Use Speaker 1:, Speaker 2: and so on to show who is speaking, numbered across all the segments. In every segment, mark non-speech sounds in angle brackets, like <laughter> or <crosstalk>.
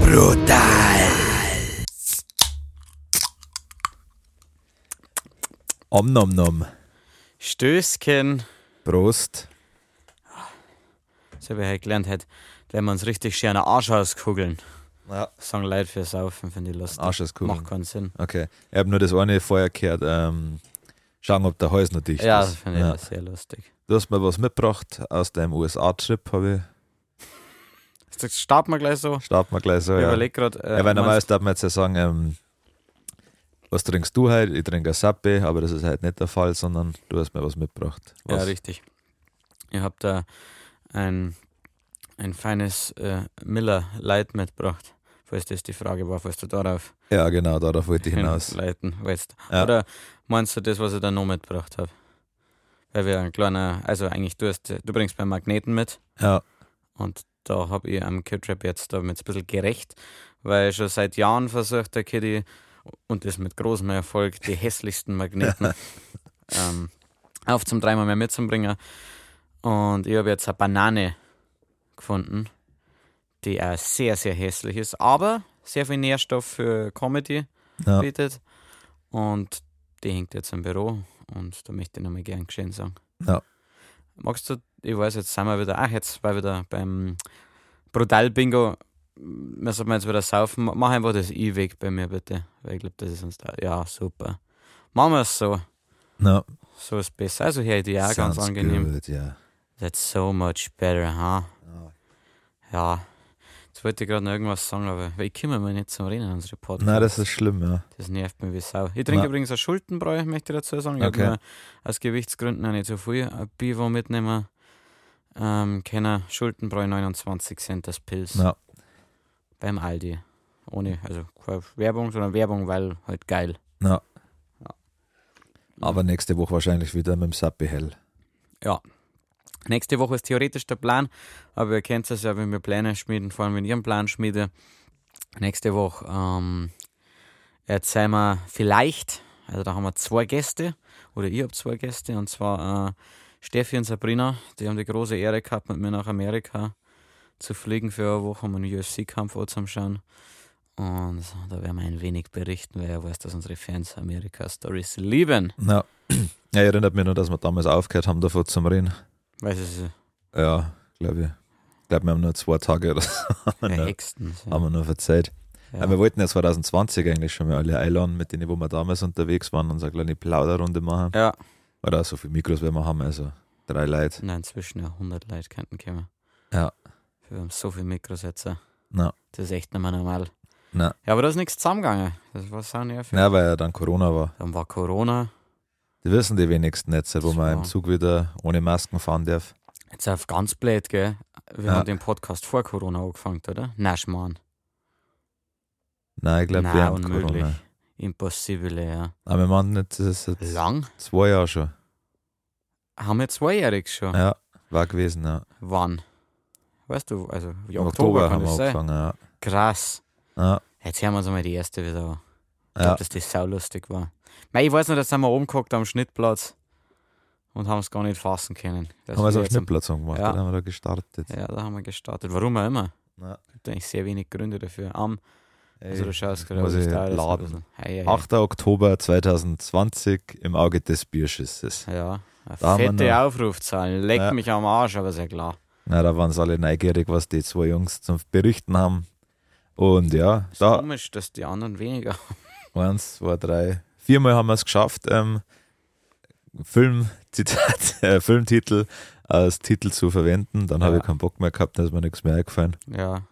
Speaker 1: Brutal.
Speaker 2: Om nom nom.
Speaker 1: Stößchen.
Speaker 2: Prost.
Speaker 1: Das habe ich halt gelernt, heute, wenn wir uns richtig schön einen Arsch auskugeln.
Speaker 2: Ja.
Speaker 1: Sagen Leute für Saufen, finde ich lustig.
Speaker 2: Arsch Ah, ist cool.
Speaker 1: Macht keinen Sinn.
Speaker 2: Okay. Ich habe nur das eine vorher gehört. Ähm, schauen, ob der Hals noch dicht
Speaker 1: Ja, das
Speaker 2: ist.
Speaker 1: finde ich sehr lustig.
Speaker 2: Du hast mir was mitgebracht aus deinem USA-Trip, habe
Speaker 1: Jetzt starten wir gleich so.
Speaker 2: ich. Starten wir gleich so.
Speaker 1: Ich
Speaker 2: Ja,
Speaker 1: überleg gerade. Äh,
Speaker 2: ja weil normal
Speaker 1: meinst-
Speaker 2: darf man jetzt ja sagen, ähm, was trinkst du halt? Ich trinke eine Sappe, aber das ist halt nicht der Fall, sondern du hast mir was mitgebracht.
Speaker 1: Ja,
Speaker 2: Was?
Speaker 1: richtig. Ihr habt da ein, ein feines äh, Miller Light mitgebracht. Falls das die Frage war, falls du darauf
Speaker 2: ja genau, darauf
Speaker 1: <laughs>
Speaker 2: wollte ich hinaus.
Speaker 1: hinleiten willst.
Speaker 2: Ja.
Speaker 1: Oder meinst du das, was ich da noch mitgebracht habe? Weil wir ein kleiner, also eigentlich du, hast, du bringst mir einen Magneten mit
Speaker 2: Ja,
Speaker 1: und da habe ich am Kid-Rap jetzt damit ein bisschen gerecht, weil schon seit Jahren versucht der Kitty und das mit großem Erfolg die hässlichsten Magneten ähm, auf zum dreimal mehr mitzubringen. Und ich habe jetzt eine Banane gefunden, die auch sehr, sehr hässlich ist, aber sehr viel Nährstoff für Comedy
Speaker 2: ja.
Speaker 1: bietet. Und die hängt jetzt im Büro und da möchte ich nochmal gern geschehen sagen.
Speaker 2: Ja.
Speaker 1: Magst du, ich weiß, jetzt sind wir wieder, ach, jetzt war wieder beim Brutal-Bingo, müssen wir jetzt wieder saufen. Ma- Mach einfach das I weg bei mir bitte, weil ich glaube, das ist uns da. Ja, super. Machen wir es so.
Speaker 2: No,
Speaker 1: So ist besser. Also hier die auch ganz angenehm.
Speaker 2: Good, ja.
Speaker 1: That's so much better, huh?
Speaker 2: Ja.
Speaker 1: Ja. Jetzt wollte ich gerade noch irgendwas sagen, aber weil ich kümmere mich nicht zum Reden in unsere Podcast.
Speaker 2: Nein, das ist schlimm, ja.
Speaker 1: Das nervt mich wie Sau. Ich trinke
Speaker 2: Na.
Speaker 1: übrigens eine Schultenbräu, möchte ich dazu sagen. Ich
Speaker 2: Okay.
Speaker 1: habe mir aus Gewichtsgründen auch nicht so viel ein Bivo mitnehmen ähm, können. Schultenbräu 29 Cent das Pilz
Speaker 2: Na.
Speaker 1: beim Aldi. Ohne, also keine Werbung, sondern Werbung, weil halt geil.
Speaker 2: Aber nächste Woche wahrscheinlich wieder mit dem Sappi hell.
Speaker 1: Nächste Woche ist theoretisch der Plan, aber ihr kennt es ja, wenn wir Pläne schmieden, vor allem wenn ich einen Plan schmiede. Nächste Woche ähm, erzählen wir vielleicht, also da haben wir zwei Gäste, oder ich habe zwei Gäste, und zwar äh, Steffi und Sabrina, die haben die große Ehre gehabt, mit mir nach Amerika zu fliegen für eine Woche, um einen UFC-Kampf anzuschauen. Und da werden wir ein wenig berichten, weil ihr weiß, dass unsere Fans Amerika-Stories lieben.
Speaker 2: <clears throat> Ja. ja, erinnert mich nur, dass wir damals aufgehört haben davon zum Reden.
Speaker 1: Weil sie so
Speaker 2: Ja, glaube ich. Ich glaube, wir haben nur zwei Tage oder so. <laughs> haben wir nur-
Speaker 1: Hexen sind.
Speaker 2: haben wir nur verzeiht. Aber wir wollten ja 2020 eigentlich schon mal alle einladen, mit denen, wo wir damals unterwegs waren, unsere kleine Plauderrunde machen.
Speaker 1: ja.
Speaker 2: Oder so viele Mikros, wie wir haben, also drei Leute.
Speaker 1: Nein, inzwischen ja 100 Leute könnten kommen.
Speaker 2: Ja.
Speaker 1: Wir haben so viele Mikrosätze.
Speaker 2: Na.
Speaker 1: Das ist echt nicht mehr normal.
Speaker 2: Na.
Speaker 1: Ja, aber da ist nichts zusammengegangen. Das war so nervig.
Speaker 2: Ja, weil ja dann Corona war.
Speaker 1: Dann war Corona.
Speaker 2: Die wissen die wenigsten jetzt, wo
Speaker 1: Das
Speaker 2: man im
Speaker 1: war-
Speaker 2: Zug wieder ohne Masken fahren darf.
Speaker 1: Jetzt auf ganz blöd, gell? Wir
Speaker 2: Ja.
Speaker 1: haben den Podcast vor Corona angefangen, oder? Nein, Schmarrn.
Speaker 2: Nein, ich glaube,
Speaker 1: Nein,
Speaker 2: wir haben
Speaker 1: unmöglich.
Speaker 2: Corona.
Speaker 1: Impossible, ja.
Speaker 2: Aber wir machen jetzt, das ist jetzt
Speaker 1: Lang?
Speaker 2: zwei Jahre schon.
Speaker 1: Haben wir zweijährig schon?
Speaker 2: Ja, war gewesen, ja.
Speaker 1: Wann? Weißt du, also ja,
Speaker 2: Im
Speaker 1: Oktober,
Speaker 2: Oktober
Speaker 1: kann
Speaker 2: haben wir
Speaker 1: das sein.
Speaker 2: angefangen, ja.
Speaker 1: Krass.
Speaker 2: Ja,
Speaker 1: Jetzt hören wir uns einmal die erste wieder an. Ich
Speaker 2: ja.
Speaker 1: glaube, dass das sau lustig war. Mei, ich weiß noch, dass sind wir umgeguckt am Schnittplatz und haben es gar nicht fassen können. dass
Speaker 2: haben wir es
Speaker 1: wir
Speaker 2: auf
Speaker 1: jetzt am-
Speaker 2: Schnittplatz gemacht,
Speaker 1: Ja.
Speaker 2: dann haben wir da gestartet.
Speaker 1: Ja, da haben wir gestartet. Warum auch immer.
Speaker 2: Ja.
Speaker 1: Es gibt eigentlich sehr wenig Gründe dafür. Am, also du schaust gerade,
Speaker 2: muss
Speaker 1: aber
Speaker 2: ich
Speaker 1: das dauert jetzt ein
Speaker 2: laden.
Speaker 1: bisschen. Ei, ei, ei.
Speaker 2: 8. Oktober 2020 im Auge des Bierschisses.
Speaker 1: Ja, eine
Speaker 2: Da haben wir
Speaker 1: fette
Speaker 2: noch-
Speaker 1: Aufrufzahlen. Leck
Speaker 2: Ja.
Speaker 1: mich am Arsch, aber ist ja klar.
Speaker 2: Na, da waren sie alle neugierig, was die zwei Jungs zum Berichten haben. Und ja,
Speaker 1: Ist
Speaker 2: da
Speaker 1: komisch, dass die anderen weniger. <laughs>
Speaker 2: eins, zwei, drei, viermal haben wir es geschafft. Ähm, Film, Zitat, <laughs> äh, Filmtitel als Titel zu verwenden. Dann habe
Speaker 1: Ja.
Speaker 2: ich keinen Bock mehr gehabt, da ist mir nichts mehr eingefallen.
Speaker 1: Ja,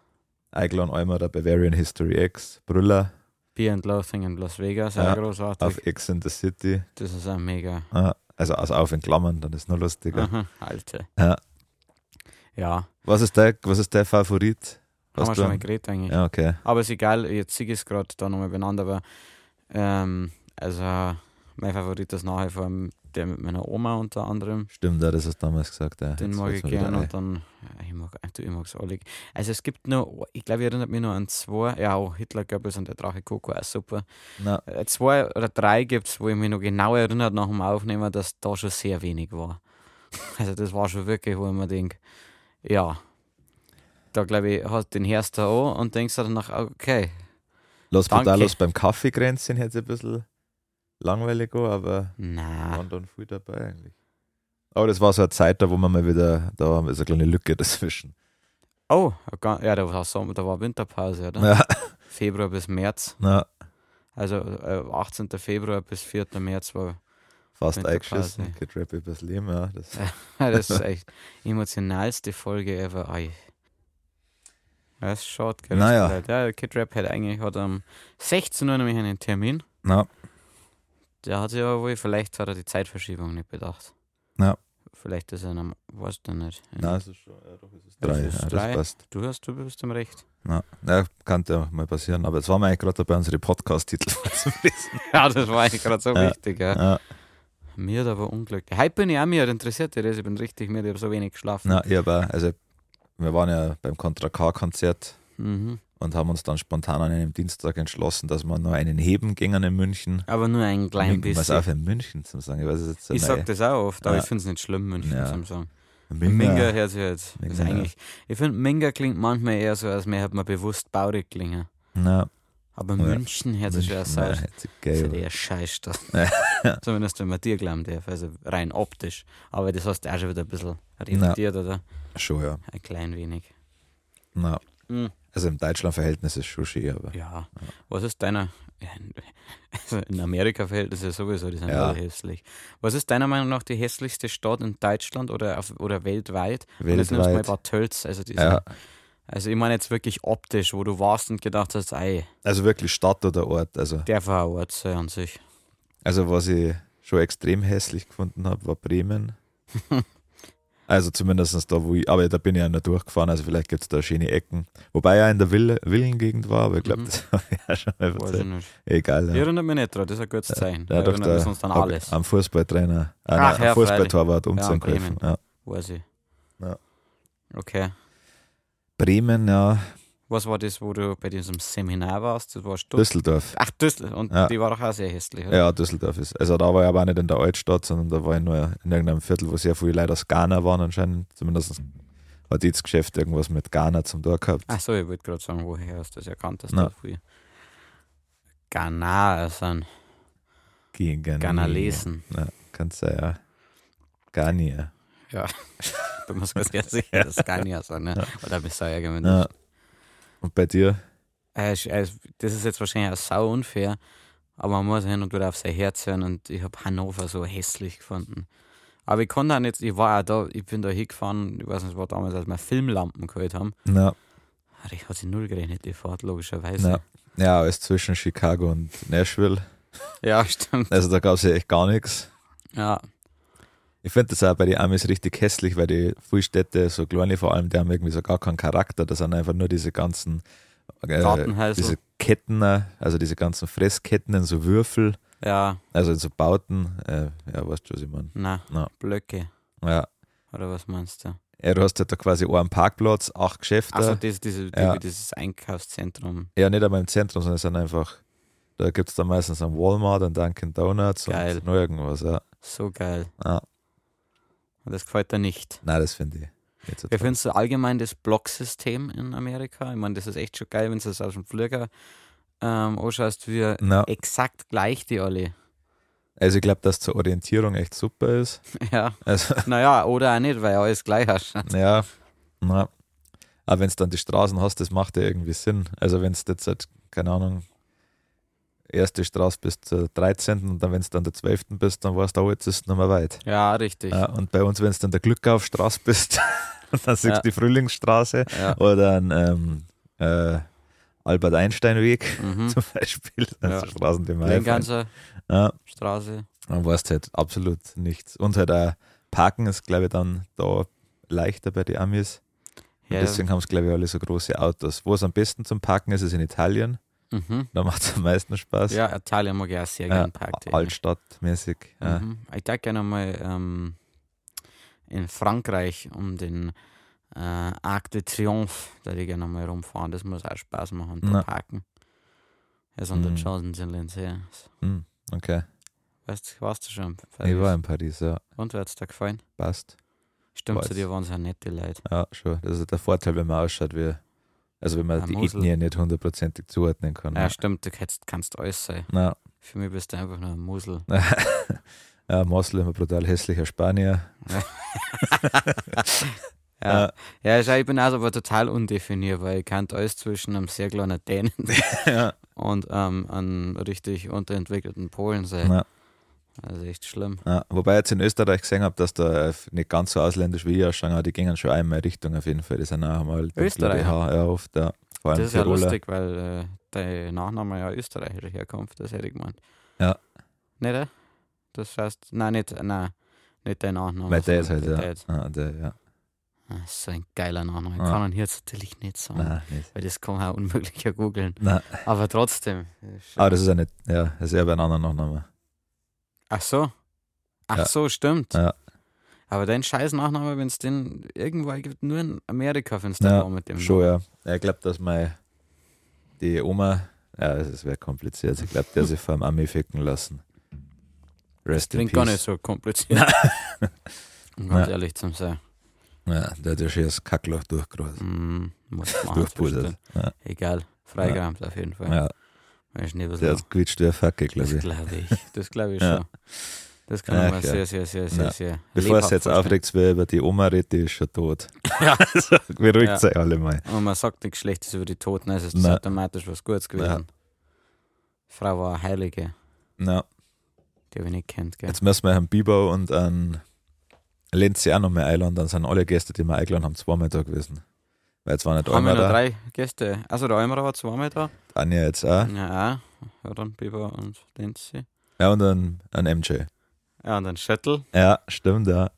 Speaker 2: Eiklan Eimer, der Bavarian History X, Brüller
Speaker 1: Beer and Loathing in Las Vegas,
Speaker 2: Ja,
Speaker 1: ja, großartig.
Speaker 2: auf X in the City.
Speaker 1: das ist auch mega.
Speaker 2: Ah, Also, also auf in Klammern, dann ist noch lustiger.
Speaker 1: <laughs> Aha, Alte.
Speaker 2: Ja.
Speaker 1: Ja,
Speaker 2: Was ist dein, was ist dein Favorit? Was
Speaker 1: haben wir
Speaker 2: du
Speaker 1: schon mal
Speaker 2: am-
Speaker 1: geredet eigentlich.
Speaker 2: Ja, okay.
Speaker 1: Aber ist egal, jetzt sieg ich es gerade da nochmal benannt, aber ähm, also mein Favorit ist nachher vor allem der mit meiner Oma unter anderem.
Speaker 2: Stimmt, ja, das hast du damals gesagt. Ja.
Speaker 1: Den
Speaker 2: Jetzt
Speaker 1: mag
Speaker 2: fällt's
Speaker 1: ich
Speaker 2: mir wieder
Speaker 1: gern
Speaker 2: ein.
Speaker 1: und dann, ja, ich mag, du, ich mag's alle. Also es gibt nur, ich glaube, ich erinnere mich nur an zwei, ja, auch Hitler, Goebbels und der Drache Coco, auch super.
Speaker 2: Na,
Speaker 1: Äh, Zwei oder drei gibt es, wo ich mich noch genau erinnert nach dem Aufnehmen, dass da schon sehr <laughs> wenig war. Also das war schon wirklich, wo ich mir denke, ja, da, glaube ich, hast den hörst du an und denkst dir danach, okay,
Speaker 2: Los
Speaker 1: Danke.
Speaker 2: Pedalos beim Kaffeekränzchen hätte es ein bisschen langweilig auch, aber
Speaker 1: na,
Speaker 2: waren dann viel dabei eigentlich. Aber das war so eine Zeit, da wo man mal wieder, da ist eine kleine Lücke dazwischen.
Speaker 1: oh, ga- ja, da war, Sommer, da war Winterpause, oder?
Speaker 2: Ja,
Speaker 1: Februar bis März,
Speaker 2: na,
Speaker 1: also äh, 18. Februar bis 4. März war, <laughs>
Speaker 2: fast
Speaker 1: Winterpause.
Speaker 2: eingeschissen. Get Rap übers Leben, ja. Das. <laughs>
Speaker 1: das ist echt emotionalste Folge ever, ei. Ja, ist schade, gell? das
Speaker 2: Naja.
Speaker 1: ist leid. Ja, Kid Rap hat eigentlich hat am 16 Uhr nämlich einen Termin.
Speaker 2: Na,
Speaker 1: Der hat sich aber wohl, vielleicht hat er die Zeitverschiebung nicht bedacht.
Speaker 2: Ja.
Speaker 1: Vielleicht ist er in einem, weiß ich nicht.
Speaker 2: na, es ist schon, ja, doch, es ist
Speaker 1: Es
Speaker 2: drei,
Speaker 1: ist
Speaker 2: ja,
Speaker 1: drei.
Speaker 2: das passt.
Speaker 1: Du hast, du bist im Recht. <laughs>
Speaker 2: Na, ja, kann ja mal passieren, aber es war mir eigentlich gerade dabei, unsere Podcast-Titel <laughs> vorzulesen.
Speaker 1: Ja, das war eigentlich gerade so
Speaker 2: Ja.
Speaker 1: wichtig. Ja.
Speaker 2: ja,
Speaker 1: Mir hat aber Unglück. Heute bin ich auch mir interessiert, dich das. Ich bin richtig mir, ich habe so wenig geschlafen.
Speaker 2: na, ich aber, also, wir waren ja beim Contra K-Konzert
Speaker 1: Mhm.
Speaker 2: und haben uns dann spontan an einem Dienstag entschlossen, dass wir noch einen heben gingen in München.
Speaker 1: Aber nur ein klein
Speaker 2: München, Was
Speaker 1: bisschen.
Speaker 2: auf in München zum sagen, ich weiß es jetzt
Speaker 1: Ich
Speaker 2: nein.
Speaker 1: sag das auch oft, aber
Speaker 2: Ja.
Speaker 1: ich finde es nicht schlimm, München
Speaker 2: Ja.
Speaker 1: zum Sagen.
Speaker 2: Minga.
Speaker 1: Minga hört sich jetzt. Ist
Speaker 2: Minga, ja.
Speaker 1: eigentlich, ich finde, Minga klingt manchmal eher so, als mehr hat man bewusst baurig klingen.
Speaker 2: Na,
Speaker 1: Aber
Speaker 2: Ja.
Speaker 1: München hört sich ja so,
Speaker 2: nein,
Speaker 1: als
Speaker 2: jetzt
Speaker 1: Das
Speaker 2: geil.
Speaker 1: ist eher scheiß
Speaker 2: <laughs>
Speaker 1: das. Zumindest wenn man dir glauben darf, also rein optisch. Aber das hast du auch schon wieder ein bisschen revidiert, oder?
Speaker 2: Schon, ja.
Speaker 1: Ein klein wenig.
Speaker 2: Na,
Speaker 1: Mhm.
Speaker 2: also im Deutschland-Verhältnis ist schon schön, aber
Speaker 1: Ja. Was ist deiner. ja, in- Also in Amerika Verhältnisse sowieso, die sind
Speaker 2: Ja.
Speaker 1: alle hässlich. Was ist deiner Meinung nach die hässlichste Stadt in Deutschland oder, auf, oder weltweit? Und jetzt nimmst du mal
Speaker 2: weltweit.
Speaker 1: Bad Tölz. Also, die
Speaker 2: Ja,
Speaker 1: sind- also ich meine jetzt wirklich optisch, wo du warst und gedacht hast, ey,
Speaker 2: also wirklich Stadt oder Ort. Also,
Speaker 1: der war ein Ort sei an sich.
Speaker 2: also was ich schon extrem hässlich gefunden habe, war
Speaker 1: <laughs>
Speaker 2: Bremen. also zumindest da, wo ich, aber da bin ich ja nur durchgefahren, also vielleicht gibt es da schöne Ecken. Wobei ja in der Ville, Villengegend war, aber ich glaube,
Speaker 1: Mhm.
Speaker 2: das <laughs> habe ich auch schon mal
Speaker 1: Weiß ich
Speaker 2: erzählt.
Speaker 1: nicht.
Speaker 2: Egal.
Speaker 1: Ich erinnere mich nicht dran, das ist ein gutes Zeichen.
Speaker 2: Ja,
Speaker 1: Da
Speaker 2: doch,
Speaker 1: erinnern wir
Speaker 2: da
Speaker 1: uns dann
Speaker 2: hab ich ah.
Speaker 1: alles.
Speaker 2: Am Fußballtrainer, äh,
Speaker 1: Ach,
Speaker 2: nein,
Speaker 1: ja,
Speaker 2: am Fußballtorwart umziehen
Speaker 1: Bremen.
Speaker 2: geholfen. Ja.
Speaker 1: Weiß ich.
Speaker 2: Ja.
Speaker 1: Okay.
Speaker 2: Bremen, ja,
Speaker 1: Was war das, wo du bei diesem Seminar warst? Das war Stutt
Speaker 2: Düsseldorf.
Speaker 1: Ach, Düsseldorf. Und
Speaker 2: Ja.
Speaker 1: die war doch auch sehr hässlich. Oder?
Speaker 2: Ja, Düsseldorf ist. Also da war ich aber auch nicht in der Altstadt, sondern da war ich nur in irgendeinem Viertel, wo sehr viele Leute aus Ghana waren anscheinend. Zumindest hat jedes Geschäft irgendwas mit Ghana zum Tor gehabt.
Speaker 1: Ach so, ich wollte gerade sagen, woher hast du das erkannt, dass
Speaker 2: Na.
Speaker 1: da viel Ghanaer sind.
Speaker 2: Gegen
Speaker 1: Ghanalesen.
Speaker 2: Kannst du ja. Ghanier.
Speaker 1: Du musst
Speaker 2: <laughs>
Speaker 1: ganz ganz sicher, dass es Ghanier sind. Ne? Oder bist du ja
Speaker 2: Ja.
Speaker 1: gemütlich.
Speaker 2: Und bei dir?
Speaker 1: Das Äh, ist jetzt wahrscheinlich auch sau unfair, aber man muss hin und wieder auf sein Herz hören und ich habe Hannover so hässlich gefunden. Aber ich konnte dann jetzt, ich war auch da, ich bin da hingefahren, ich weiß nicht, es war damals, als wir Filmlampen geholt haben.
Speaker 2: Na,
Speaker 1: Ah, Ich hatte null gerechnet, die Fahrt, logischerweise.
Speaker 2: na. Ja, alles zwischen Chicago und Nashville.
Speaker 1: Ja, stimmt.
Speaker 2: Also da gab es ja echt gar nichts.
Speaker 1: Ja,
Speaker 2: Ich finde das auch bei den Amis richtig hässlich, weil die Frühstädte, so kleine vor allem, die haben irgendwie so gar keinen Charakter. Das sind einfach nur diese ganzen äh,
Speaker 1: Gartenhäusl.
Speaker 2: diese Ketten, also diese ganzen Fressketten in so Würfel,
Speaker 1: ja,
Speaker 2: also in so Bauten. Äh, ja, weißt du, was ich meine?
Speaker 1: na,
Speaker 2: Na.
Speaker 1: Blöcke.
Speaker 2: Ja.
Speaker 1: Oder was meinst du?
Speaker 2: ja, du hast ja da quasi einen Parkplatz, acht Geschäfte.
Speaker 1: Also das, diese, die-
Speaker 2: Ja.
Speaker 1: dieses Einkaufszentrum.
Speaker 2: ja, nicht einmal im Zentrum, sondern es sind einfach, da gibt es dann meistens einen Walmart, einen Dunkin' Donuts
Speaker 1: Geil.
Speaker 2: und noch irgendwas. Ja.
Speaker 1: So geil.
Speaker 2: Ja.
Speaker 1: Und das gefällt dir nicht.
Speaker 2: Nein, das finde ich. Nicht so
Speaker 1: Wie
Speaker 2: toll.
Speaker 1: findest du allgemein das Blocksystem in Amerika? Ich meine, das ist echt schon geil, wenn du das aus dem Flieger ähm, anschaust, wie
Speaker 2: Na,
Speaker 1: exakt gleich die alle. <laughs>
Speaker 2: also ich glaube, dass zur Orientierung echt super ist.
Speaker 1: Ja,
Speaker 2: Also <laughs>
Speaker 1: naja, oder auch nicht, weil alles gleich ausschaut.
Speaker 2: Ja, na. Aber wenn du dann die Straßen hast, das macht ja irgendwie Sinn. Also wenn du jetzt, halt, keine Ahnung, erste Straße bis zur 13. und dann wenn du dann der 12. bist, dann warst du jetzt ist noch mal weit.
Speaker 1: Ja, richtig.
Speaker 2: Ja, und bei uns, wenn du dann der Glückaufstraße bist, <laughs> dann siehst du
Speaker 1: Ja.
Speaker 2: die Frühlingsstraße
Speaker 1: Ja.
Speaker 2: oder ein ähm, äh, Albert-Einstein-Weg <laughs>
Speaker 1: Mhm.
Speaker 2: zum Beispiel. Das
Speaker 1: Ja.
Speaker 2: sind Straßen, die mir einfallen.
Speaker 1: Linkanzer
Speaker 2: ja,
Speaker 1: Straße.
Speaker 2: Dann warst du halt absolut nichts. Und halt auch Parken ist, glaube ich, dann da leichter bei den Amis.
Speaker 1: Ja,
Speaker 2: Deswegen haben es, glaube ich, alle so große Autos. Wo es am besten zum Parken ist, ist in Italien.
Speaker 1: mhm.
Speaker 2: Da macht es am meisten Spaß.
Speaker 1: ja, Italien mag ich auch sehr
Speaker 2: Ja,
Speaker 1: gerne Parkdecken.
Speaker 2: Altstadtmäßig. Ja.
Speaker 1: Mhm. Ich dachte gerne mal ähm, in Frankreich um den äh, Arc de Triomphe, da die gerne mal rumfahren. Das muss auch Spaß machen, da
Speaker 2: Na.
Speaker 1: parken. Ja, so an der
Speaker 2: Mhm.
Speaker 1: Champs-Élysées.
Speaker 2: Hm, okay.
Speaker 1: Weißt du, warst du schon? in
Speaker 2: Ich war
Speaker 1: Paris?
Speaker 2: in Paris, ja.
Speaker 1: Und wer hat's dir gefallen?
Speaker 2: Passt.
Speaker 1: Stimmt
Speaker 2: Weiß.
Speaker 1: zu dir, waren es auch nette Leute.
Speaker 2: Ja, schon. Das ist halt der Vorteil, wenn man ausschaut, wie. Also, wenn man
Speaker 1: Ein
Speaker 2: die
Speaker 1: Musel.
Speaker 2: Ethnie nicht hundertprozentig zuordnen kann.
Speaker 1: Ja,
Speaker 2: Ja.
Speaker 1: stimmt, du kannst, kannst alles sein.
Speaker 2: Nein.
Speaker 1: Für mich bist du einfach nur ein Musel.
Speaker 2: <laughs> Ja, Mosel immer brutal hässlicher Spanier. Äh,
Speaker 1: Ja, ja schau, ich bin also aber total undefinierbar. Ich kann alles zwischen einem sehr kleinen Dänen
Speaker 2: <laughs> Ja.
Speaker 1: und ähm, einem richtig unterentwickelten Polen sein.
Speaker 2: Ja.
Speaker 1: Also echt schlimm.
Speaker 2: Ja. Wobei ich jetzt in Österreich gesehen habe, dass da nicht ganz so ausländisch wie ich ausschauen, aber die gingen schon einmal Richtung auf jeden Fall. Die sind auch mal
Speaker 1: Österreicher?
Speaker 2: Ja, oft, ja. Vor allem
Speaker 1: Das ist ja
Speaker 2: Tiroler.
Speaker 1: lustig, weil äh, der Nachname ja österreichischer Herkunft, das hätte ich gemeint.
Speaker 2: Ja.
Speaker 1: Nicht? äh? Das heißt, nein, nicht, äh, nein, nicht dein Nachname.
Speaker 2: Weil der ist halt,
Speaker 1: sondern
Speaker 2: ja.
Speaker 1: der Dad.
Speaker 2: ja, der, ja.
Speaker 1: Ah, Das ist so ein geiler Nachname.
Speaker 2: Ja.
Speaker 1: Kann man hier jetzt natürlich nicht sagen,
Speaker 2: Nein, nicht.
Speaker 1: weil das kann man auch unmöglich ja googeln.
Speaker 2: Nein.
Speaker 1: Aber trotzdem.
Speaker 2: Aber Ah, das ist ja nicht, ja, das ist ja bei einem anderen Nachnamen.
Speaker 1: Ach so. Ach
Speaker 2: Ja.
Speaker 1: so, stimmt.
Speaker 2: Ja.
Speaker 1: Aber dein scheiß Nachname, wenn es den irgendwo gibt, nur in Amerika findest du
Speaker 2: Ja,
Speaker 1: auch mit dem
Speaker 2: Schon, ja. Ich glaube, dass meine die Oma, ja, es wäre kompliziert. Ich glaube, der hat sich vor dem Ami ficken lassen. Rest in
Speaker 1: Klingt
Speaker 2: peace.
Speaker 1: gar nicht so kompliziert. <laughs> um ganz
Speaker 2: Nein.
Speaker 1: ehrlich zum sein.
Speaker 2: Ja, der hat ja schon das Kackloch durchgerast.
Speaker 1: Mm, muss man
Speaker 2: Durchpudert.
Speaker 1: zwischendurch. Egal. Freigeräumt auf jeden Fall.
Speaker 2: Ja,
Speaker 1: Weil ich nicht was
Speaker 2: der
Speaker 1: mache.
Speaker 2: hat gewitscht wie ein Fackel,
Speaker 1: Genau. das
Speaker 2: glaube ich.
Speaker 1: glaube
Speaker 2: <laughs>
Speaker 1: ich. Das glaube ich
Speaker 2: Ja.
Speaker 1: schon. Das kann
Speaker 2: Ja,
Speaker 1: man
Speaker 2: klar.
Speaker 1: sehr, sehr, sehr, sehr,
Speaker 2: Ja.
Speaker 1: sehr.
Speaker 2: Bevor es
Speaker 1: lebhaft
Speaker 2: jetzt
Speaker 1: vorstellen.
Speaker 2: aufregt, wer über die Oma redet, die ist schon tot.
Speaker 1: <laughs> Ja.
Speaker 2: Also, beruhigt
Speaker 1: Ja.
Speaker 2: euch alle mal.
Speaker 1: Und man sagt nichts Schlechtes über die Toten, also es ist
Speaker 2: Nein.
Speaker 1: automatisch was Gutes gewesen.
Speaker 2: Ja.
Speaker 1: Die Frau war eine Heilige,
Speaker 2: Na,
Speaker 1: die habe ich nicht kennt, gell?
Speaker 2: jetzt müssen wir Herrn Bibau und an Lenzi auch noch mal einladen. Dann sind alle Gäste, die wir eingeladen haben, zweimal da gewesen. Weil jetzt war nicht
Speaker 1: Haben wir
Speaker 2: einmal
Speaker 1: noch
Speaker 2: da.
Speaker 1: drei Gäste. Also der Almerer war zweimal da.
Speaker 2: Anja jetzt
Speaker 1: Mhm.
Speaker 2: auch.
Speaker 1: Ja, ja dann Biber und Lenzi.
Speaker 2: Ja, und an, an MJ.
Speaker 1: Ja, und dann Schüttel.
Speaker 2: Ja, stimmt, ja.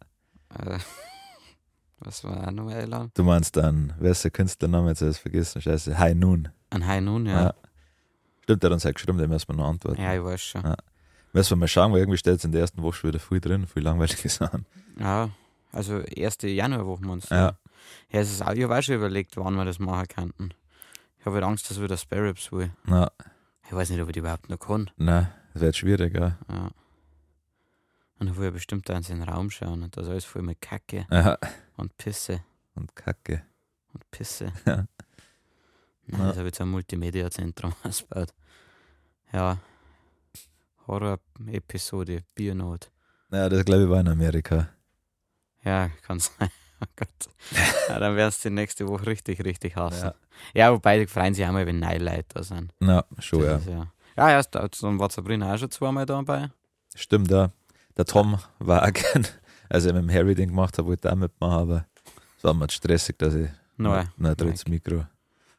Speaker 1: Äh, <laughs> was war auch noch eingeladen?
Speaker 2: Du meinst dann, wer ist der Künstlername? Jetzt habe ich es vergessen, scheiße. Hi Nun.
Speaker 1: Ein High Noon,
Speaker 2: Ja.
Speaker 1: ja.
Speaker 2: Stimmt, der hat uns auch geschrieben, den müssen wir noch antworten.
Speaker 1: ja. ich weiß schon.
Speaker 2: Ja. Müssen wir mal schauen, weil irgendwie steht jetzt in der ersten Woche schon wieder viel drin, viel langweilige <laughs> Sachen.
Speaker 1: Ja, also erste Januarwoche meinst du?
Speaker 2: Ja.
Speaker 1: Ja, es ist auch, ich habe auch schon überlegt, wann wir das machen könnten. Ich habe halt Angst, dass wir das Spare Ribs will.
Speaker 2: Na,
Speaker 1: Ich weiß nicht, ob ich die überhaupt noch kann.
Speaker 2: na, das wird schwierig, ja.
Speaker 1: Ja. Und da will ich bestimmt eins in den Raum schauen und da ist alles voll mit Kacke
Speaker 2: ja.
Speaker 1: und Pisse
Speaker 2: Und Kacke.
Speaker 1: und Pisse.
Speaker 2: <laughs> Ja.
Speaker 1: Nein,
Speaker 2: Ja.
Speaker 1: das habe ich jetzt ein Multimedia-Zentrum <laughs> ausgebaut. Ja. Horror-Episode, Biernot.
Speaker 2: Ja, das glaube ich war in Amerika.
Speaker 1: Ja, kann sein. <laughs> Oh
Speaker 2: <laughs>
Speaker 1: Gott. Ja, dann werden die nächste Woche richtig, richtig hassen.
Speaker 2: Ja.
Speaker 1: Ja, wobei die freuen sich auch mal, wenn neue Leute da sind.
Speaker 2: Na, schon, ja.
Speaker 1: Das ist ja. Ja, ja, da- dann war Sabrina auch schon zweimal dabei.
Speaker 2: Stimmt, ja. Der Tom war auch <laughs> gern, als ich mit dem Harry den gemacht habe, wollte ich auch mitmachen, aber es war mir zu stressig, dass ich
Speaker 1: Neu.
Speaker 2: nicht- nicht drittes Mikro.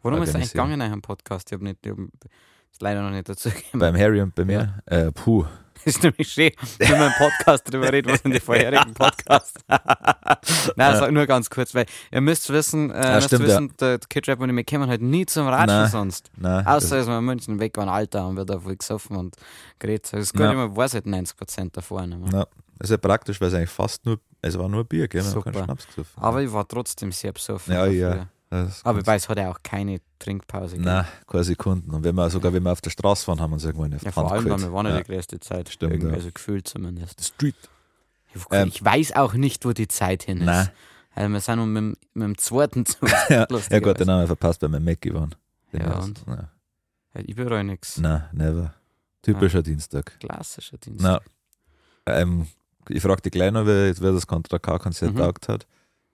Speaker 1: Worum ist es
Speaker 2: organisieren.
Speaker 1: eigentlich gegangen in einem Podcast? Ich habe nicht, ich hab das leider noch nicht dazu <laughs> gekommen.
Speaker 2: Beim Harry und bei mir, äh, puh.
Speaker 1: Das ist nämlich schön, wenn man im Podcast drüber redet, was in
Speaker 2: <laughs>
Speaker 1: den vorherigen Podcast. Nein, sag nur ganz kurz, weil ihr müsst wissen, äh,
Speaker 2: Ah,
Speaker 1: müsst
Speaker 2: stimmt,
Speaker 1: wissen der Kidrap und ich, wir kommen halt nie zum Ratschen
Speaker 2: Nein.
Speaker 1: sonst.
Speaker 2: Nein,
Speaker 1: Außer, dass wir in München weg waren, Alter, und wir da voll gesoffen und geredet. Das ist gut,
Speaker 2: Ja.
Speaker 1: immer weiß halt 90% davon. immer.
Speaker 2: Na, ist ja praktisch, weil es eigentlich fast nur, es war nur Bier, gell? Wir haben
Speaker 1: Super.
Speaker 2: keinen Schnaps gesoffen.
Speaker 1: Aber ich war trotzdem sehr besoffen.
Speaker 2: Ja, ja.
Speaker 1: dafür.
Speaker 2: Das
Speaker 1: Aber
Speaker 2: kannst-
Speaker 1: wobei, es hat ja auch keine Trinkpause
Speaker 2: Nein, keine Sekunden. Und wenn wir, sogar wenn wir auf der Straße waren, haben wir uns irgendwann auf die
Speaker 1: Ja,
Speaker 2: Hand
Speaker 1: vor allem, weil
Speaker 2: geholt.
Speaker 1: wir waren ja
Speaker 2: ja.
Speaker 1: die größte Zeit.
Speaker 2: Stimmt,
Speaker 1: Irgendwie,
Speaker 2: ja.
Speaker 1: Also gefühlt zumindest.
Speaker 2: Street.
Speaker 1: Ich,
Speaker 2: Ähm,
Speaker 1: ich weiß auch nicht, wo die Zeit hin ist.
Speaker 2: Nein.
Speaker 1: Also wir sind nur mit, dem- mit
Speaker 2: <laughs>
Speaker 1: dem zweiten zu
Speaker 2: Ja, genau.
Speaker 1: lustigerweise.
Speaker 2: ja Gott, den haben wir verpasst, weil wir Mackey waren. Den
Speaker 1: Ja,
Speaker 2: ersten. Ja.
Speaker 1: Ja, Ich bereue nichts.
Speaker 2: Nein, never. Typischer Dienstag.
Speaker 1: Klassischer Dienst.
Speaker 2: Na, ähm, ich frage dich gleich noch, wer, wer das Contra K-Konzert
Speaker 1: Mhm.
Speaker 2: taugt hat.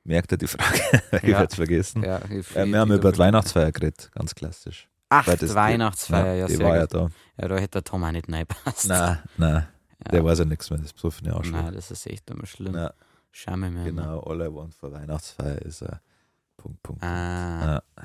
Speaker 2: Merkt ihr die Frage? <laughs> ich
Speaker 1: Ja.
Speaker 2: werde es vergessen.
Speaker 1: Ja, ich,
Speaker 2: Äh, wir haben über die Weihnachtsfeier geredet, ganz klassisch.
Speaker 1: Ach,
Speaker 2: weil das-
Speaker 1: Weihnachtsfeier, ja,
Speaker 2: ja, die
Speaker 1: sehr
Speaker 2: war
Speaker 1: gut.
Speaker 2: ja da.
Speaker 1: Ja, da hätte der Tom auch nicht reingepasst.
Speaker 2: Nein, nein,
Speaker 1: <laughs> Ja.
Speaker 2: der weiß ja nichts mehr, das besoffen ja auch schon.
Speaker 1: Nein, das ist echt immer schlimm.
Speaker 2: Na,
Speaker 1: Schau mir mal.
Speaker 2: genau, all I want for Weihnachtsfeier ist ein Punkt, Punkt.
Speaker 1: Ah. Ja.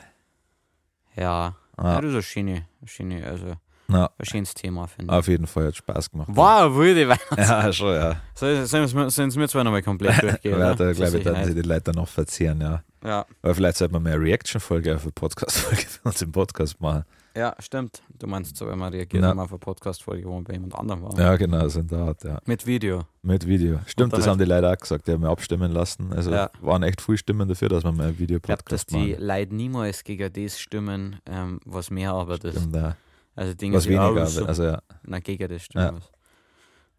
Speaker 1: Ja.
Speaker 2: Ah,
Speaker 1: das ist ein schöne, schöne, also
Speaker 2: na,
Speaker 1: ein schönes Thema, finde ich.
Speaker 2: auf jeden Fall hat Spaß gemacht.
Speaker 1: Wow, würde Weihnachten.
Speaker 2: <laughs> Ja, schon, ja.
Speaker 1: Sollen es mir zwar
Speaker 2: <laughs>
Speaker 1: nochmal komplett durchgehen.
Speaker 2: ja da,
Speaker 1: ne? Zur
Speaker 2: glaube ich, dann
Speaker 1: Sicherheit.
Speaker 2: sie die Leute dann noch verzehren, ja.
Speaker 1: ja.
Speaker 2: Aber vielleicht sollten wir mehr Reaction-Folge auf eine Podcast-Folge für uns im Podcast machen.
Speaker 1: ja, stimmt. Du meinst, so, wenn man reagiert
Speaker 2: Na.
Speaker 1: haben auf eine Podcast-Folge, wo man bei jemand anderem war.
Speaker 2: Ja, genau, so in der Art, ja.
Speaker 1: Mit Video.
Speaker 2: Mit Video. Stimmt, das
Speaker 1: Unterhalt.
Speaker 2: haben die Leute auch gesagt, die haben mir abstimmen lassen. Also
Speaker 1: Ja.
Speaker 2: waren echt viele Stimmen dafür, dass wir mal ein
Speaker 1: Ich glaube, dass
Speaker 2: Videopodcast
Speaker 1: die
Speaker 2: machen.
Speaker 1: Leute niemals gegen das stimmen, ähm, was mehr Arbeit ist.
Speaker 2: Stimmt, ja.
Speaker 1: Also Dinge,
Speaker 2: Was
Speaker 1: die auch
Speaker 2: weniger,
Speaker 1: so-
Speaker 2: also ja.
Speaker 1: Nein, gegen das stimmt
Speaker 2: Ja.
Speaker 1: was.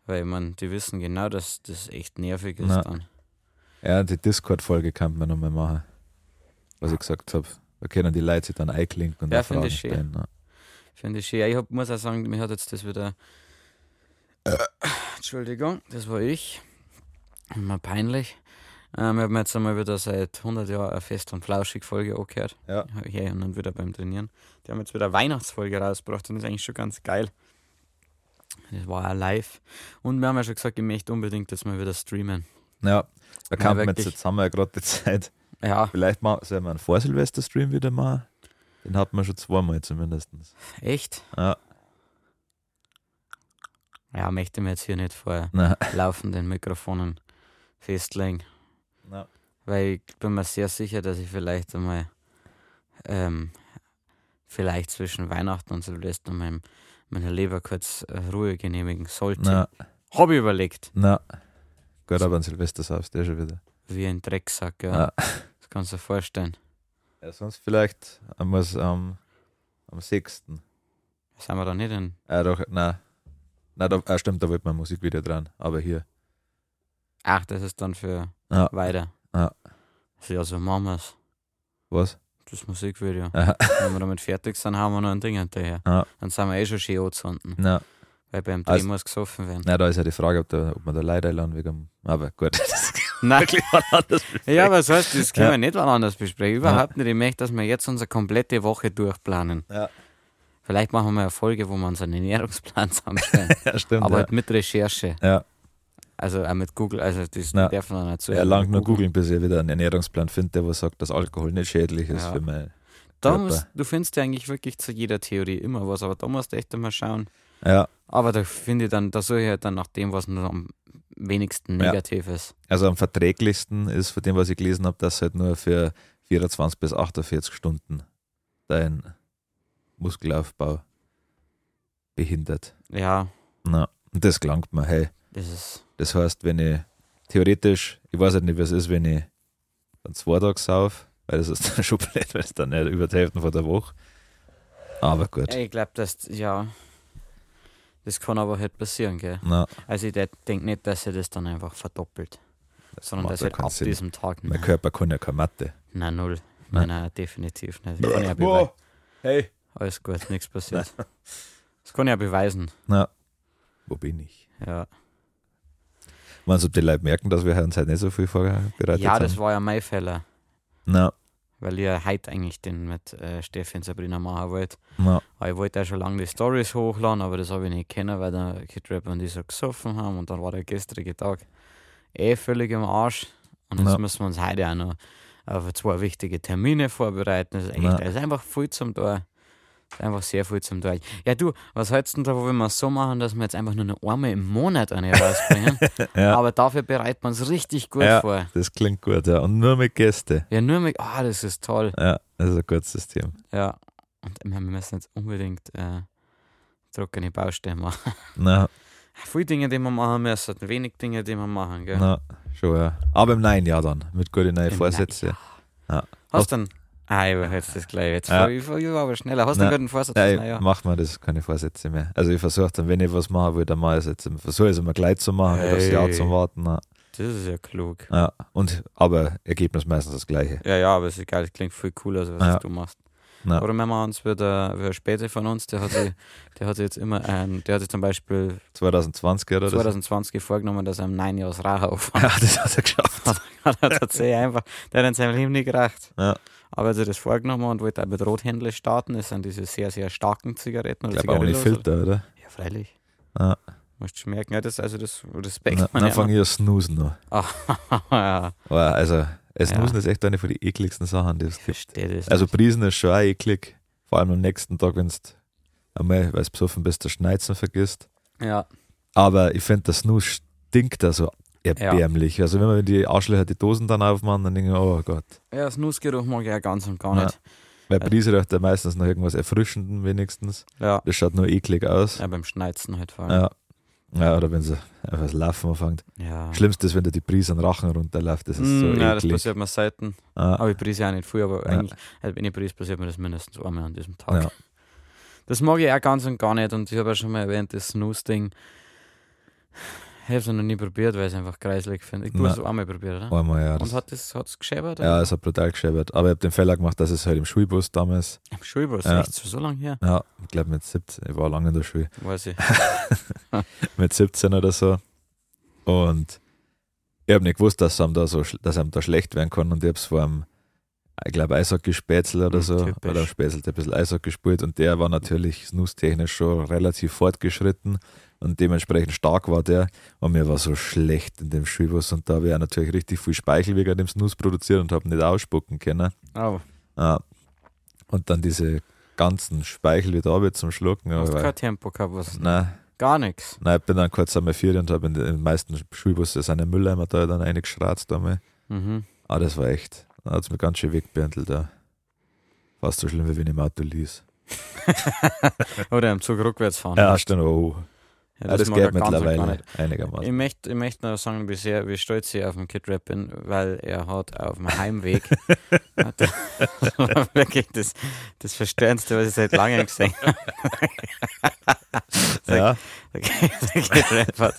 Speaker 1: Weil man, die wissen genau, dass das echt nervig ist
Speaker 2: Ja.
Speaker 1: dann.
Speaker 2: Ja, die Discord-Folge kann man nochmal machen, was ich gesagt habe. Da können die Leute sich dann einklinken und
Speaker 1: Ja,
Speaker 2: auch
Speaker 1: finde
Speaker 2: Fragen
Speaker 1: ich schön.
Speaker 2: stellen. ne. Ja.
Speaker 1: Finde ich schön. Ich hab, muss auch sagen, mir hat jetzt das wieder. Entschuldigung, das war ich. Immer peinlich. Ähm, ich habe mir jetzt einmal wieder seit 100 Jahren eine Fest- und Flauschig-Folge angehört.
Speaker 2: Ja.
Speaker 1: Hab ich eh und dann wieder beim Trainieren. Die haben jetzt wieder eine Weihnachtsfolge rausgebracht und das ist eigentlich schon ganz geil. Das war auch live. Und wir haben ja schon gesagt, ich möchte unbedingt dass wir wieder streamen.
Speaker 2: ja, da kann man jetzt,
Speaker 1: wirklich.
Speaker 2: jetzt haben wir ja gerade die Zeit.
Speaker 1: Ja,
Speaker 2: Vielleicht mal, sollen wir einen Vorsilvester-Stream wieder machen? Den hatten wir schon zweimal zumindest.
Speaker 1: echt?
Speaker 2: Ja,
Speaker 1: Ja, möchte ich mir jetzt hier nicht vor
Speaker 2: na,
Speaker 1: laufenden Mikrofonen <laughs> festlegen.
Speaker 2: na.
Speaker 1: Weil ich bin mir sehr sicher, dass ich vielleicht einmal, ähm, vielleicht zwischen Weihnachten und Silvester meinem, meiner Leber kurz äh, Ruhe genehmigen sollte.
Speaker 2: na,
Speaker 1: Habe ich überlegt,
Speaker 2: na. Gut, aber an Silvester saufst du eh schon wieder.
Speaker 1: wie ein Drecksack, ja.
Speaker 2: Ja.
Speaker 1: Das kannst du dir vorstellen.
Speaker 2: Ja, sonst vielleicht einmal am, am 6.
Speaker 1: Sind wir da nicht in.
Speaker 2: Ah, doch, nein. Nein, da, ah, stimmt, da wird mein Musikvideo dran. Aber hier.
Speaker 1: Ach, das ist dann für
Speaker 2: Ja.
Speaker 1: weiter.
Speaker 2: Ja.
Speaker 1: Also, ja, so machen wir es.
Speaker 2: Was?
Speaker 1: Das Musikvideo.
Speaker 2: <laughs> Aha.
Speaker 1: Wenn wir damit fertig sind, haben wir noch ein Ding hinterher.
Speaker 2: Ja.
Speaker 1: Dann sind wir eh schon schön anzünden.
Speaker 2: Nein,
Speaker 1: Weil beim Dreh
Speaker 2: Also-
Speaker 1: muss gesoffen werden. <laughs>
Speaker 2: nein, da ist ja die Frage, ob, da, ob man da Leute einladen wegen. Aber gut. <laughs>
Speaker 1: Nein.
Speaker 2: anders
Speaker 1: <laughs> Ja, was heißt, das können
Speaker 2: Ja.
Speaker 1: wir nicht wann anders besprechen. Überhaupt nicht. Ich möchte, dass wir jetzt unsere komplette Woche durchplanen.
Speaker 2: Ja.
Speaker 1: Vielleicht machen wir eine Folge, wo wir unseren Ernährungsplan zusammenstellen.
Speaker 2: <laughs> ja, <laughs> stimmt.
Speaker 1: Aber
Speaker 2: Aber
Speaker 1: halt mit Recherche.
Speaker 2: ja,
Speaker 1: Also auch mit Google. Also das
Speaker 2: Na.
Speaker 1: darf man nicht
Speaker 2: ja,
Speaker 1: so.
Speaker 2: ja lang nur googeln, bis ich wieder einen Ernährungsplan finde, der was sagt, dass Alkohol nicht schädlich ist
Speaker 1: Ja.
Speaker 2: für mein.
Speaker 1: Da
Speaker 2: Körper.
Speaker 1: musst, du findest ja eigentlich wirklich zu jeder Theorie immer was, aber da musst du echt einmal schauen.
Speaker 2: Ja,
Speaker 1: Aber da finde ich dann, da suche ich halt dann nach dem, was nur am wenigsten
Speaker 2: Ja.
Speaker 1: negativ ist.
Speaker 2: also am verträglichsten ist von dem, was ich gelesen habe, dass halt nur für 24 bis 48 Stunden dein Muskelaufbau behindert.
Speaker 1: Ja,
Speaker 2: Na, und das gelangt mir, hey.
Speaker 1: das ist.
Speaker 2: Das heißt, wenn ich theoretisch, ich weiß halt nicht, was ist, wenn ich dann zwei Tage sauf, weil das ist <laughs> dann schon blöd, weil es dann nicht über die Hälfte von der Woche. Aber gut.
Speaker 1: Ich glaube, dass, ja. Das kann aber halt passieren, gell?
Speaker 2: Na,
Speaker 1: Also ich denke nicht, dass er das dann einfach verdoppelt,
Speaker 2: das
Speaker 1: sondern
Speaker 2: macht
Speaker 1: dass
Speaker 2: ja
Speaker 1: er
Speaker 2: keinen
Speaker 1: ab
Speaker 2: Sinn.
Speaker 1: diesem Tag
Speaker 2: Mein
Speaker 1: nein,
Speaker 2: Körper kann ja keine Mathe.
Speaker 1: nein, null.
Speaker 2: Nein.
Speaker 1: Nein, nein, definitiv nicht. Das kann ich ja beweisen.
Speaker 2: <laughs> Boah, hey.
Speaker 1: Alles gut,
Speaker 2: <laughs>
Speaker 1: nichts passiert. Das kann ich ja beweisen.
Speaker 2: Na, wo bin ich?
Speaker 1: Ja,
Speaker 2: Meinst du, ob die Leute merken, dass wir uns heute nicht so viel vorbereitet
Speaker 1: ja
Speaker 2: haben?
Speaker 1: das war ja mein Fehler,
Speaker 2: Na,
Speaker 1: weil ich ja heute eigentlich den mit äh, Steffi und Sabrina machen wollte.
Speaker 2: na,
Speaker 1: Aber Ah, ich wollte ja schon lange die Stories hochladen, aber das habe ich nicht kennen, weil der Kid Rap und ich so gesoffen haben und dann war der gestrige Tag eh völlig im Arsch. Und jetzt
Speaker 2: Ja.
Speaker 1: müssen wir uns heute auch noch auf zwei wichtige Termine vorbereiten. Das ist, echt,
Speaker 2: Ja.
Speaker 1: das ist einfach viel zum Tor. Das ist einfach sehr viel zum Tor. Ja, du, was hältst du denn davon, wenn wir es so machen, dass wir jetzt einfach nur eine einmal im Monat eine rausbringen?
Speaker 2: <laughs> Ja.
Speaker 1: Aber dafür bereiten wir uns richtig gut
Speaker 2: Ja.
Speaker 1: vor.
Speaker 2: das klingt gut, ja. Und nur mit Gäste.
Speaker 1: Ja, nur mit. Ah, das ist toll.
Speaker 2: Ja, das ist ein gutes System.
Speaker 1: Ja, und ich meine, wir müssen jetzt unbedingt äh, trockene Baustellen machen.
Speaker 2: Na,
Speaker 1: Viele Dinge, die wir machen müssen, wenig Dinge, die wir machen. Gell?
Speaker 2: na, schon, ja. Aber im neuen Jahr dann, mit guten neuen
Speaker 1: Im
Speaker 2: Vorsätzen.
Speaker 1: Hast du denn. Ah, ich war jetzt das gleich. Jetzt
Speaker 2: Ja.
Speaker 1: war ich, ich war aber schneller. Hast du
Speaker 2: Nein.
Speaker 1: einen guten Vorsatz?
Speaker 2: Nein,
Speaker 1: Na ja.
Speaker 2: mach mir das keine Vorsätze mehr. Also ich versuche dann, wenn ich was machen will, dann mache ich es jetzt. Versuche es immer gleich zu machen, hey. das
Speaker 1: Hey.
Speaker 2: Jahr zu warten. Ja.
Speaker 1: Das ist ja klug.
Speaker 2: Ja. Und, aber Ergebnis meistens das gleiche.
Speaker 1: Ja, ja, aber ist egal, das klingt viel cooler, als was
Speaker 2: Ja.
Speaker 1: du machst.
Speaker 2: Ja.
Speaker 1: Oder wenn wir uns wieder, wieder später von uns, der hatte, <laughs> der hatte jetzt immer einen, der hatte zum Beispiel
Speaker 2: 2020 oder das?
Speaker 1: 2020 vorgenommen, dass er im 9 Jahres Rauch aufhört.
Speaker 2: <laughs> Ja, das hat er geschafft.
Speaker 1: <laughs> hat er tatsächlich einfach, der hat in seinem Leben nicht gedacht.
Speaker 2: Ja.
Speaker 1: Aber er hat sich das vorgenommen und wollte auch mit Rothändler starten. Das sind diese sehr, sehr starken Zigaretten.
Speaker 2: Ich
Speaker 1: Oder
Speaker 2: glaube, ohne
Speaker 1: Zigarillos
Speaker 2: Filter, oder?
Speaker 1: Oder? Ja, freilich.
Speaker 2: Ja.
Speaker 1: Musst du merken. Ja, das, also das Respekt.
Speaker 2: Na,
Speaker 1: meine
Speaker 2: dann fange ich an snoosen an.
Speaker 1: Herren. <laughs> ja,
Speaker 2: Aber also, äh,
Speaker 1: Ja.
Speaker 2: snoosen ist echt eine von den ekligsten Sachen, die es
Speaker 1: ich
Speaker 2: gibt.
Speaker 1: verstehe das.
Speaker 2: Also Prisen ist schon auch eklig. Vor allem am nächsten Tag, wenn du einmal, weil du besoffen bist, das Schneizen vergisst.
Speaker 1: ja,
Speaker 2: Aber ich finde, der Snooze stinkt da so erbärmlich. Also wenn man die Arschlöcher die Dosen dann aufmachen, dann denke ich, mir, oh Gott.
Speaker 1: ja Snusgeruch mag ich ja ganz und gar
Speaker 2: Ja.
Speaker 1: nicht.
Speaker 2: Weil Brise riecht ja meistens noch irgendwas Erfrischendem wenigstens.
Speaker 1: Ja.
Speaker 2: Das schaut nur eklig aus.
Speaker 1: ja, beim Schneizen halt vor allem.
Speaker 2: Ja. Ja, oder wenn sie einfach das Laufen anfängt.
Speaker 1: Ja.
Speaker 2: Schlimmste ist, wenn dir die Brise an den Rachen runterläuft. Das ist so
Speaker 1: Mm, ja, das
Speaker 2: eklig.
Speaker 1: passiert mir selten.
Speaker 2: Ah,
Speaker 1: Aber ich prise auch nicht viel, aber
Speaker 2: Ja.
Speaker 1: eigentlich, also wenn ich prise, passiert mir das mindestens einmal an diesem Tag.
Speaker 2: ja.
Speaker 1: <laughs> Das mag ich auch ganz und gar nicht und ich habe ja schon mal erwähnt, das Snooze-Ding. Ich habe es noch nie probiert, weil ich es einfach kreislig finde. Ich habe
Speaker 2: Nein.
Speaker 1: es einmal probiert, oder?
Speaker 2: Einmal, ja.
Speaker 1: Und
Speaker 2: Das,
Speaker 1: hat es hat's geschäbert?
Speaker 2: ja, es hat brutal geschäbert. Aber ich habe den Fehler gemacht, dass es halt im Schulbus damals,
Speaker 1: Im Schulbus,
Speaker 2: Ja.
Speaker 1: echt schon so lange her?
Speaker 2: ja, ich glaube mit 17, ich war lange in der Schule, <laughs>
Speaker 1: Weiß ich.
Speaker 2: mit 17 oder so. Und ich habe nicht gewusst, dass einem da so schl- dass einem da schlecht werden kann und ich habe es vor einem, ich glaube, Eishockeyspätzle oder
Speaker 1: Mhm,
Speaker 2: so,
Speaker 1: typisch.
Speaker 2: oder Spätzle, der ein bisschen Eishockey gespielt und der war natürlich snus-technisch schon relativ fortgeschritten und dementsprechend stark war der und mir war so schlecht in dem Schulbus und da habe ich auch natürlich richtig viel Speichel wegen dem Snus produziert und habe nicht ausspucken können.
Speaker 1: Aber
Speaker 2: Ah. Und dann diese ganzen Speichel wieder runter zum Schlucken.
Speaker 1: du hast
Speaker 2: Aber
Speaker 1: kein Tempo gehabt, was?
Speaker 2: nein,
Speaker 1: Gar nichts.
Speaker 2: nein, ne? ich bin dann kurz einmal Ferien und habe in den meisten Schulbusse seine Mülleimer da dann reingeschratzt einmal. <laughs>
Speaker 1: Mhm.
Speaker 2: Ah, das war echt. Da hat es mir ganz schön wegbirntelt. da. Fast so schlimm, wie wenn ich im Auto ließ.
Speaker 1: Oder im Zug rückwärts fahren.
Speaker 2: Ja, stimmt. Oh.
Speaker 1: Ja,
Speaker 2: Ja, das
Speaker 1: mag er
Speaker 2: geht
Speaker 1: ganz und gar nicht.
Speaker 2: mittlerweile
Speaker 1: Ich
Speaker 2: einigermaßen.
Speaker 1: möchte, ich möchte noch sagen, wie, sehr, wie stolz ich auf den Kid Rap bin, weil er hat auf dem
Speaker 2: <laughs>
Speaker 1: Heimweg <laughs> hat er- das war wirklich das, das Verstörendste, was ich seit langem gesehen habe. Sag-
Speaker 2: Ja,
Speaker 1: Der Kid Rap hat,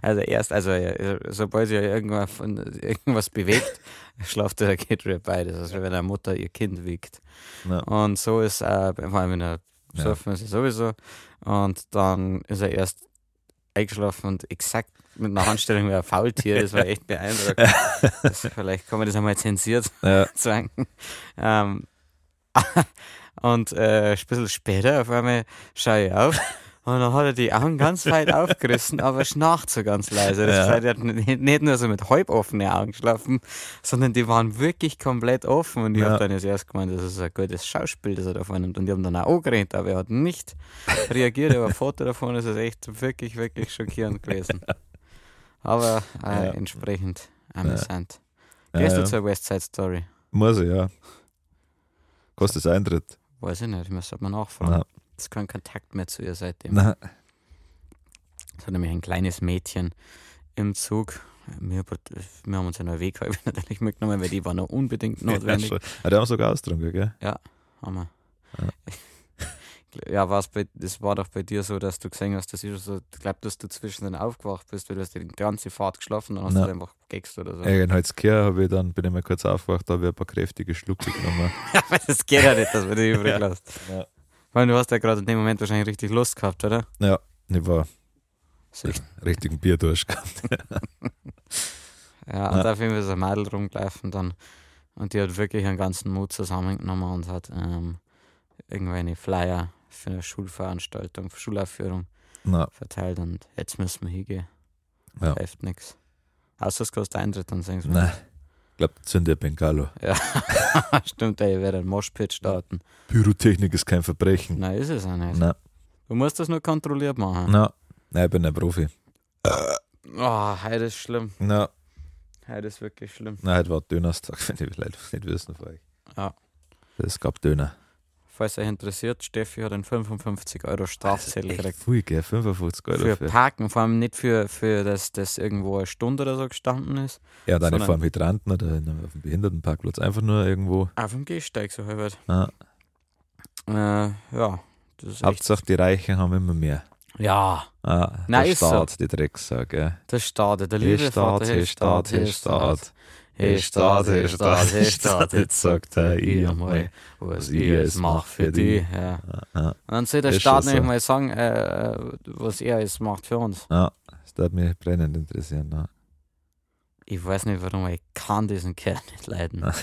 Speaker 1: also erst, also er- sobald sich irgendwas, von, irgendwas bewegt, schlaft der Kid Rap bei. Das ist wie wenn eine Mutter ihr Kind wiegt.
Speaker 2: Ja.
Speaker 1: Und so ist, äh, vor allem in der
Speaker 2: Ja.
Speaker 1: surfen ist er sowieso. Und dann ist er erst eingeschlafen und exakt mit einer Handstellung wie ein Faultier. Das war echt
Speaker 2: <laughs>
Speaker 1: beeindruckend. Das, vielleicht kann man das einmal zensiert
Speaker 2: ja,
Speaker 1: sagen. <laughs> Ähm, <laughs> und äh, ein bisschen später auf einmal schaue
Speaker 2: <laughs>
Speaker 1: ich auf. Und dann hat er die Augen ganz weit aufgerissen, aber schnarcht so ganz leise. Das
Speaker 2: Ja.
Speaker 1: heißt, er hat nicht nicht nur so mit halb offenen Augen geschlafen, sondern die waren wirklich komplett offen. Und ich
Speaker 2: Ja.
Speaker 1: habe dann jetzt erst gemeint, das ist ein gutes Schauspiel, das er da vornimmt. Und die haben dann auch angeredet, aber er
Speaker 2: <laughs>
Speaker 1: hat nicht reagiert. Ich habe ein Foto davon, das ist echt wirklich, wirklich
Speaker 2: <laughs>
Speaker 1: schockierend gewesen. Aber äh,
Speaker 2: Ja.
Speaker 1: entsprechend amüsant.
Speaker 2: Ja,
Speaker 1: Gehst
Speaker 2: ja.
Speaker 1: du zur West Side Story?
Speaker 2: muss ich, ja. Kostet Eintritt.
Speaker 1: Weiß ich nicht, ich muss mal nachfragen.
Speaker 2: Nein,
Speaker 1: Es ist kein Kontakt mehr zu ihr seitdem.
Speaker 2: nein.
Speaker 1: Es hat nämlich ein kleines Mädchen im Zug. Wir, <laughs> wir haben uns ja noch Weg natürlich mitgenommen, weil die war noch unbedingt notwendig.
Speaker 2: <laughs> Ja, schon. Ah, die haben sogar ausgetrunken, gell?
Speaker 1: Hammer. <laughs> Ja, war's bei, das war doch bei dir so, dass du gesehen hast, das ist so, ich glaube, dass du zwischendrin aufgewacht bist, weil du hast die ganze Fahrt geschlafen und hast
Speaker 2: Na.
Speaker 1: du einfach gegext oder so.
Speaker 2: Ja, in Holzkehr habe ich dann, bin ich mal kurz aufgewacht, da habe ich ein paar kräftige Schlucke genommen.
Speaker 1: <laughs> Aber das geht ja nicht, dass man die übrig
Speaker 2: <laughs> Ja.
Speaker 1: lässt.
Speaker 2: Ja.
Speaker 1: Weil du hast ja gerade in dem Moment wahrscheinlich richtig Lust gehabt, oder?
Speaker 2: Ich war
Speaker 1: So,
Speaker 2: richtigen Bierdurst gehabt.
Speaker 1: Ja, und
Speaker 2: Ja.
Speaker 1: auf jeden Fall ist ein Mädel rumgelaufen dann. Und die hat wirklich einen ganzen Mut zusammengenommen und hat ähm, irgendwelche Flyer für eine Schulveranstaltung, für Schulaufführung
Speaker 2: Na,
Speaker 1: verteilt und jetzt müssen wir hingehen.
Speaker 2: Ja.
Speaker 1: Hilft nichts. Außer es kostet Eintritt, dann sehen sie <laughs>
Speaker 2: nein. Ich glaube, Zünde Bengalo.
Speaker 1: Stimmt, ey, ich werde einen Moshpit starten.
Speaker 2: Pyrotechnik ist kein Verbrechen.
Speaker 1: Nein, also- ist es auch nicht.
Speaker 2: Nein.
Speaker 1: Du musst das nur kontrolliert machen.
Speaker 2: Na, nein, ich bin ein Profi.
Speaker 1: Oh, heute ist schlimm.
Speaker 2: Na,
Speaker 1: Heute ist wirklich schlimm.
Speaker 2: nein, heute war Dönerstag, <laughs> wenn die Leute es nicht wissen von euch.
Speaker 1: Ja.
Speaker 2: Es gab Döner.
Speaker 1: Falls euch interessiert, Steffi hat einen 55 Euro Strafzettel gekriegt.
Speaker 2: Echt viel, gell? 55 Euro
Speaker 1: für
Speaker 2: für.
Speaker 1: Parken, vor allem nicht für, für dass das irgendwo eine Stunde oder so gestanden ist.
Speaker 2: Ja, dann nicht
Speaker 1: sondern-
Speaker 2: vor einem Hydranten oder in einem, auf dem Behindertenparkplatz. Einfach nur irgendwo.
Speaker 1: Auf dem Gehsteig so halbert.
Speaker 2: Na,
Speaker 1: Äh, ja, das ist echt.
Speaker 2: Hauptsache, die Reichen haben immer mehr.
Speaker 1: Ja,
Speaker 2: Ah,
Speaker 1: Nein,
Speaker 2: der
Speaker 1: ist so.
Speaker 2: Staat, die Drecksack, gell?
Speaker 1: der Staat, der
Speaker 2: Hey
Speaker 1: liebe
Speaker 2: Staat,
Speaker 1: Vater,
Speaker 2: hey Staat, hey Staat,
Speaker 1: hey Staat, hey Staat, hey Staat, jetzt sagt er ihr mal, was ich jetzt mache für die. Ja.
Speaker 2: Ja,
Speaker 1: Dann soll der
Speaker 2: Ist
Speaker 1: Staat
Speaker 2: schon
Speaker 1: nämlich
Speaker 2: so.
Speaker 1: mal sagen, äh, was er jetzt macht für uns.
Speaker 2: ja, das würde mich brennend interessieren. Ne?
Speaker 1: Ich weiß nicht warum, ich kann diesen Kerl nicht leiden.
Speaker 2: Ja.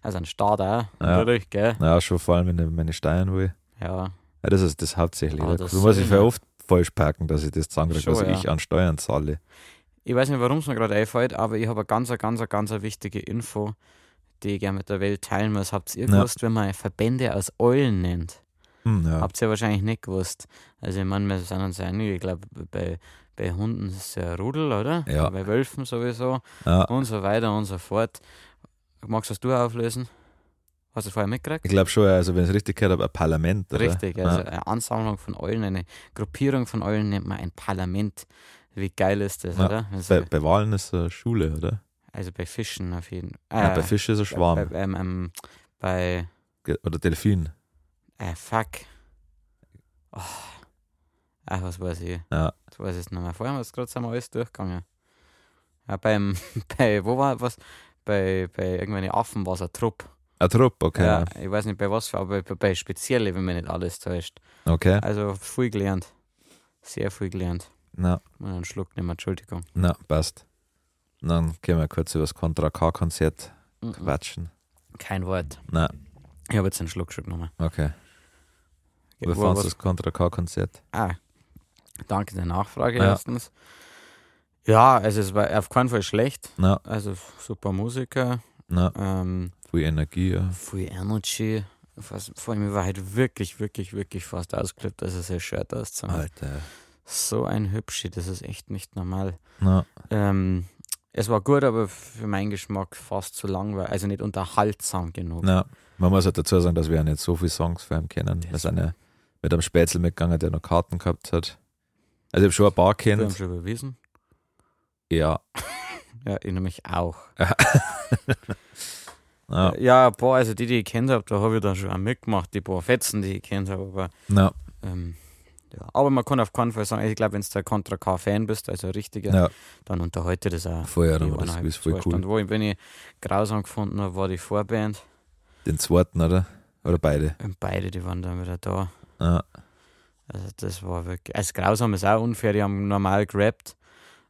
Speaker 1: Also ein Staat auch, natürlich, gell?
Speaker 2: Ja, schon vor allem, wenn ich meine Steuern will.
Speaker 1: Ja,
Speaker 2: Ja, das ist das hauptsächlich.
Speaker 1: Ah,
Speaker 2: Da-
Speaker 1: das
Speaker 2: du musst
Speaker 1: soll
Speaker 2: dich
Speaker 1: ich
Speaker 2: oft falsch packen, dass ich das zusammenkriege,
Speaker 1: Schon,
Speaker 2: was
Speaker 1: ja.
Speaker 2: ich an Steuern zahle.
Speaker 1: Ich weiß nicht, warum es mir gerade einfällt, aber ich habe eine ganz, ganz, ganz wichtige Info, die ich gerne mit der Welt teilen muss. Habt ihr
Speaker 2: Ja.
Speaker 1: gewusst, wenn man Verbände aus Eulen nennt?
Speaker 2: Hm, ja.
Speaker 1: Habt ihr wahrscheinlich nicht gewusst. Also ich meine, wir sind uns einig, ich glaube, bei, bei Hunden ist es ja ein Rudel, oder?
Speaker 2: Ja.
Speaker 1: Bei Wölfen sowieso
Speaker 2: ja,
Speaker 1: und so weiter und so fort. Magst du das du auflösen? Hast du vorher mitgekriegt?
Speaker 2: ich glaube schon, also wenn ich es richtig gehört habe, ein Parlament. Oder?
Speaker 1: Richtig, also
Speaker 2: Ja.
Speaker 1: eine Ansammlung von Eulen, eine Gruppierung von Eulen nennt man ein Parlament. Wie geil ist das,
Speaker 2: Ja.
Speaker 1: oder? Also
Speaker 2: Bei, bei Wahlen ist es eine Schule, oder?
Speaker 1: also bei Fischen auf jeden ah,
Speaker 2: Ja,
Speaker 1: Fall.
Speaker 2: bei Fischen ist es ein Schwarm.
Speaker 1: Bei, ähm, ähm, bei
Speaker 2: Ge- Oder Delfin.
Speaker 1: äh, fuck. Oh. Ach, was weiß ich.
Speaker 2: Ja.
Speaker 1: Jetzt weiß ich es nicht mehr. Vorher haben wir es gerade sind wir alles durchgegangen. Ja, beim, <laughs> bei, wo war was? Bei, bei irgendwelchen Affen war es ein Trupp.
Speaker 2: Ein Trupp, okay.
Speaker 1: Ja, ich weiß nicht bei was, für, aber bei, bei Spezielle, wenn mich nicht alles täuscht.
Speaker 2: Okay.
Speaker 1: Also viel gelernt. Sehr viel gelernt.
Speaker 2: Na,
Speaker 1: Und einen Schluck nehmen, Entschuldigung.
Speaker 2: na, passt. Dann gehen wir kurz über das Contra K-Konzert
Speaker 1: Mhm.
Speaker 2: quatschen.
Speaker 1: Kein Wort.
Speaker 2: Na,
Speaker 1: Ich habe jetzt einen Schluck schon genommen.
Speaker 2: okay. Wie
Speaker 1: Wo-
Speaker 2: fandest
Speaker 1: was-
Speaker 2: du das Contra K-Konzert?
Speaker 1: Ah, danke der Nachfrage
Speaker 2: Ja.
Speaker 1: erstens. Ja, also es war auf keinen Fall schlecht.
Speaker 2: Na,
Speaker 1: Also super Musiker,
Speaker 2: na,
Speaker 1: ähm,
Speaker 2: viel Energie, ja.
Speaker 1: Free Energy. Fast, vor allem, ich war halt wirklich, wirklich, wirklich fast ausgeflippt, dass er sein Shirt auszieht.
Speaker 2: Alter.
Speaker 1: So ein Hübschi, das ist echt nicht normal.
Speaker 2: Na,
Speaker 1: Ähm, es war gut, aber für meinen Geschmack fast zu langweilig, also nicht unterhaltsam genug.
Speaker 2: na. Man muss halt dazu sagen, dass wir ja nicht so viele Songs von ihm kennen. Wir
Speaker 1: Das-
Speaker 2: sind ja mit einem Spätzl mitgegangen, der noch Karten gehabt hat. Also ich habe schon ein paar
Speaker 1: Wir haben
Speaker 2: kennt.
Speaker 1: schon überwiesen.
Speaker 2: Ja.
Speaker 1: Ja, ich nämlich
Speaker 2: <laughs>
Speaker 1: auch.
Speaker 2: Na,
Speaker 1: Ja, ein paar, also die, die ich kennt habe, da habe ich da schon auch mitgemacht, die paar Fetzen, die ich kennt habe, aber
Speaker 2: na,
Speaker 1: Ähm, ja. Aber man kann auf keinen Fall sagen, ich glaube, wenn du der Contra K-Fan bist, also ein richtiger,
Speaker 2: Ja.
Speaker 1: dann unterhalte das auch.
Speaker 2: vorher
Speaker 1: die halt
Speaker 2: haben wir das
Speaker 1: eineinhalb,
Speaker 2: ist voll
Speaker 1: zwei
Speaker 2: cool.
Speaker 1: Stunden. Wo ich, wenn ich grausam gefunden habe, war die Vorband.
Speaker 2: Den zweiten, oder? Oder beide.
Speaker 1: Und beide, die waren dann wieder da.
Speaker 2: Na,
Speaker 1: Also das war wirklich. Als grausam ist auch unfair, die haben normal gerappt.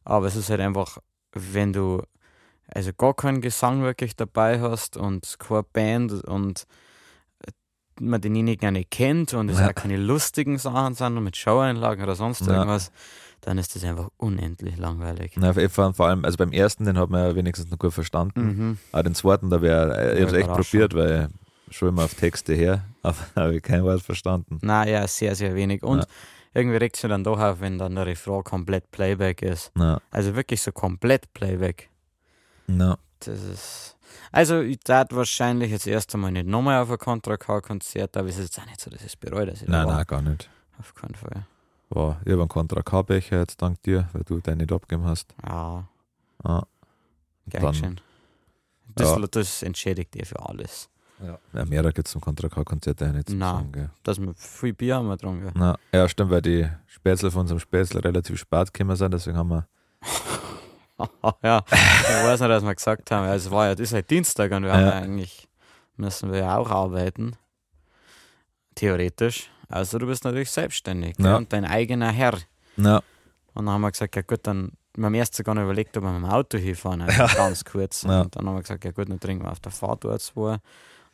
Speaker 1: Aber es ist halt einfach, wenn du also gar keinen Gesang wirklich dabei hast und keine Band und äh, man denjenigen auch nicht kennt und es
Speaker 2: Ja.
Speaker 1: auch keine lustigen Sachen sind und mit Showeinlagen oder sonst
Speaker 2: Ja.
Speaker 1: irgendwas, dann ist das einfach unendlich langweilig.
Speaker 2: na, ich fand vor allem, also beim ersten, den hat man ja wenigstens noch gut verstanden.
Speaker 1: Mhm.
Speaker 2: Aber den zweiten, da wäre, ich habe
Speaker 1: Ja,
Speaker 2: es echt
Speaker 1: überraschend.
Speaker 2: probiert, weil schon immer auf Texte her, <laughs> aber habe ich kein Wort verstanden.
Speaker 1: Na ja, sehr, sehr wenig. Und
Speaker 2: Ja.
Speaker 1: irgendwie regt es mich dann doch auf, wenn dann der Refrain komplett Playback ist.
Speaker 2: Na,
Speaker 1: Also wirklich so komplett Playback.
Speaker 2: na,
Speaker 1: Das ist. Also, ich tat wahrscheinlich jetzt erst einmal nicht nochmal auf ein Contra K-Konzert, aber es ist jetzt auch nicht so, dass ich es bereue, dass ich
Speaker 2: nein,
Speaker 1: da war.
Speaker 2: nein, gar nicht.
Speaker 1: Auf keinen Fall.
Speaker 2: Wow, ich habe einen Contra K-Becher jetzt dank dir, weil du deinen nicht abgegeben hast.
Speaker 1: Ja,
Speaker 2: Ah,
Speaker 1: gern schön. Das,
Speaker 2: Ja.
Speaker 1: das entschädigt ihr für alles.
Speaker 2: ja. ja, mehr gibt es zum Contra K-Konzert ja nicht zu
Speaker 1: Na.
Speaker 2: sagen, gell.
Speaker 1: Dass wir viel Bier haben wir getrunken.
Speaker 2: Na, ja, stimmt, weil die Spätzle von unserem Spätzle relativ spät gekommen sind, deswegen haben wir,
Speaker 1: <laughs> ja, ich weiß noch, dass wir gesagt haben, ja, es war ja, das ist halt Dienstag und wir haben
Speaker 2: Ja.
Speaker 1: ja eigentlich, müssen wir ja auch arbeiten. Theoretisch. Also, du bist natürlich selbstständig
Speaker 2: Ja.
Speaker 1: ja. und dein eigener Herr.
Speaker 2: na,
Speaker 1: Und dann haben wir gesagt, ja gut, dann wir haben erst sogar noch überlegt, ob wir mit dem Auto hinfahren, also <laughs> ganz kurz.
Speaker 2: Ja.
Speaker 1: Und dann haben wir gesagt, ja gut, dann trinken wir auf der Fahrt dort zwei.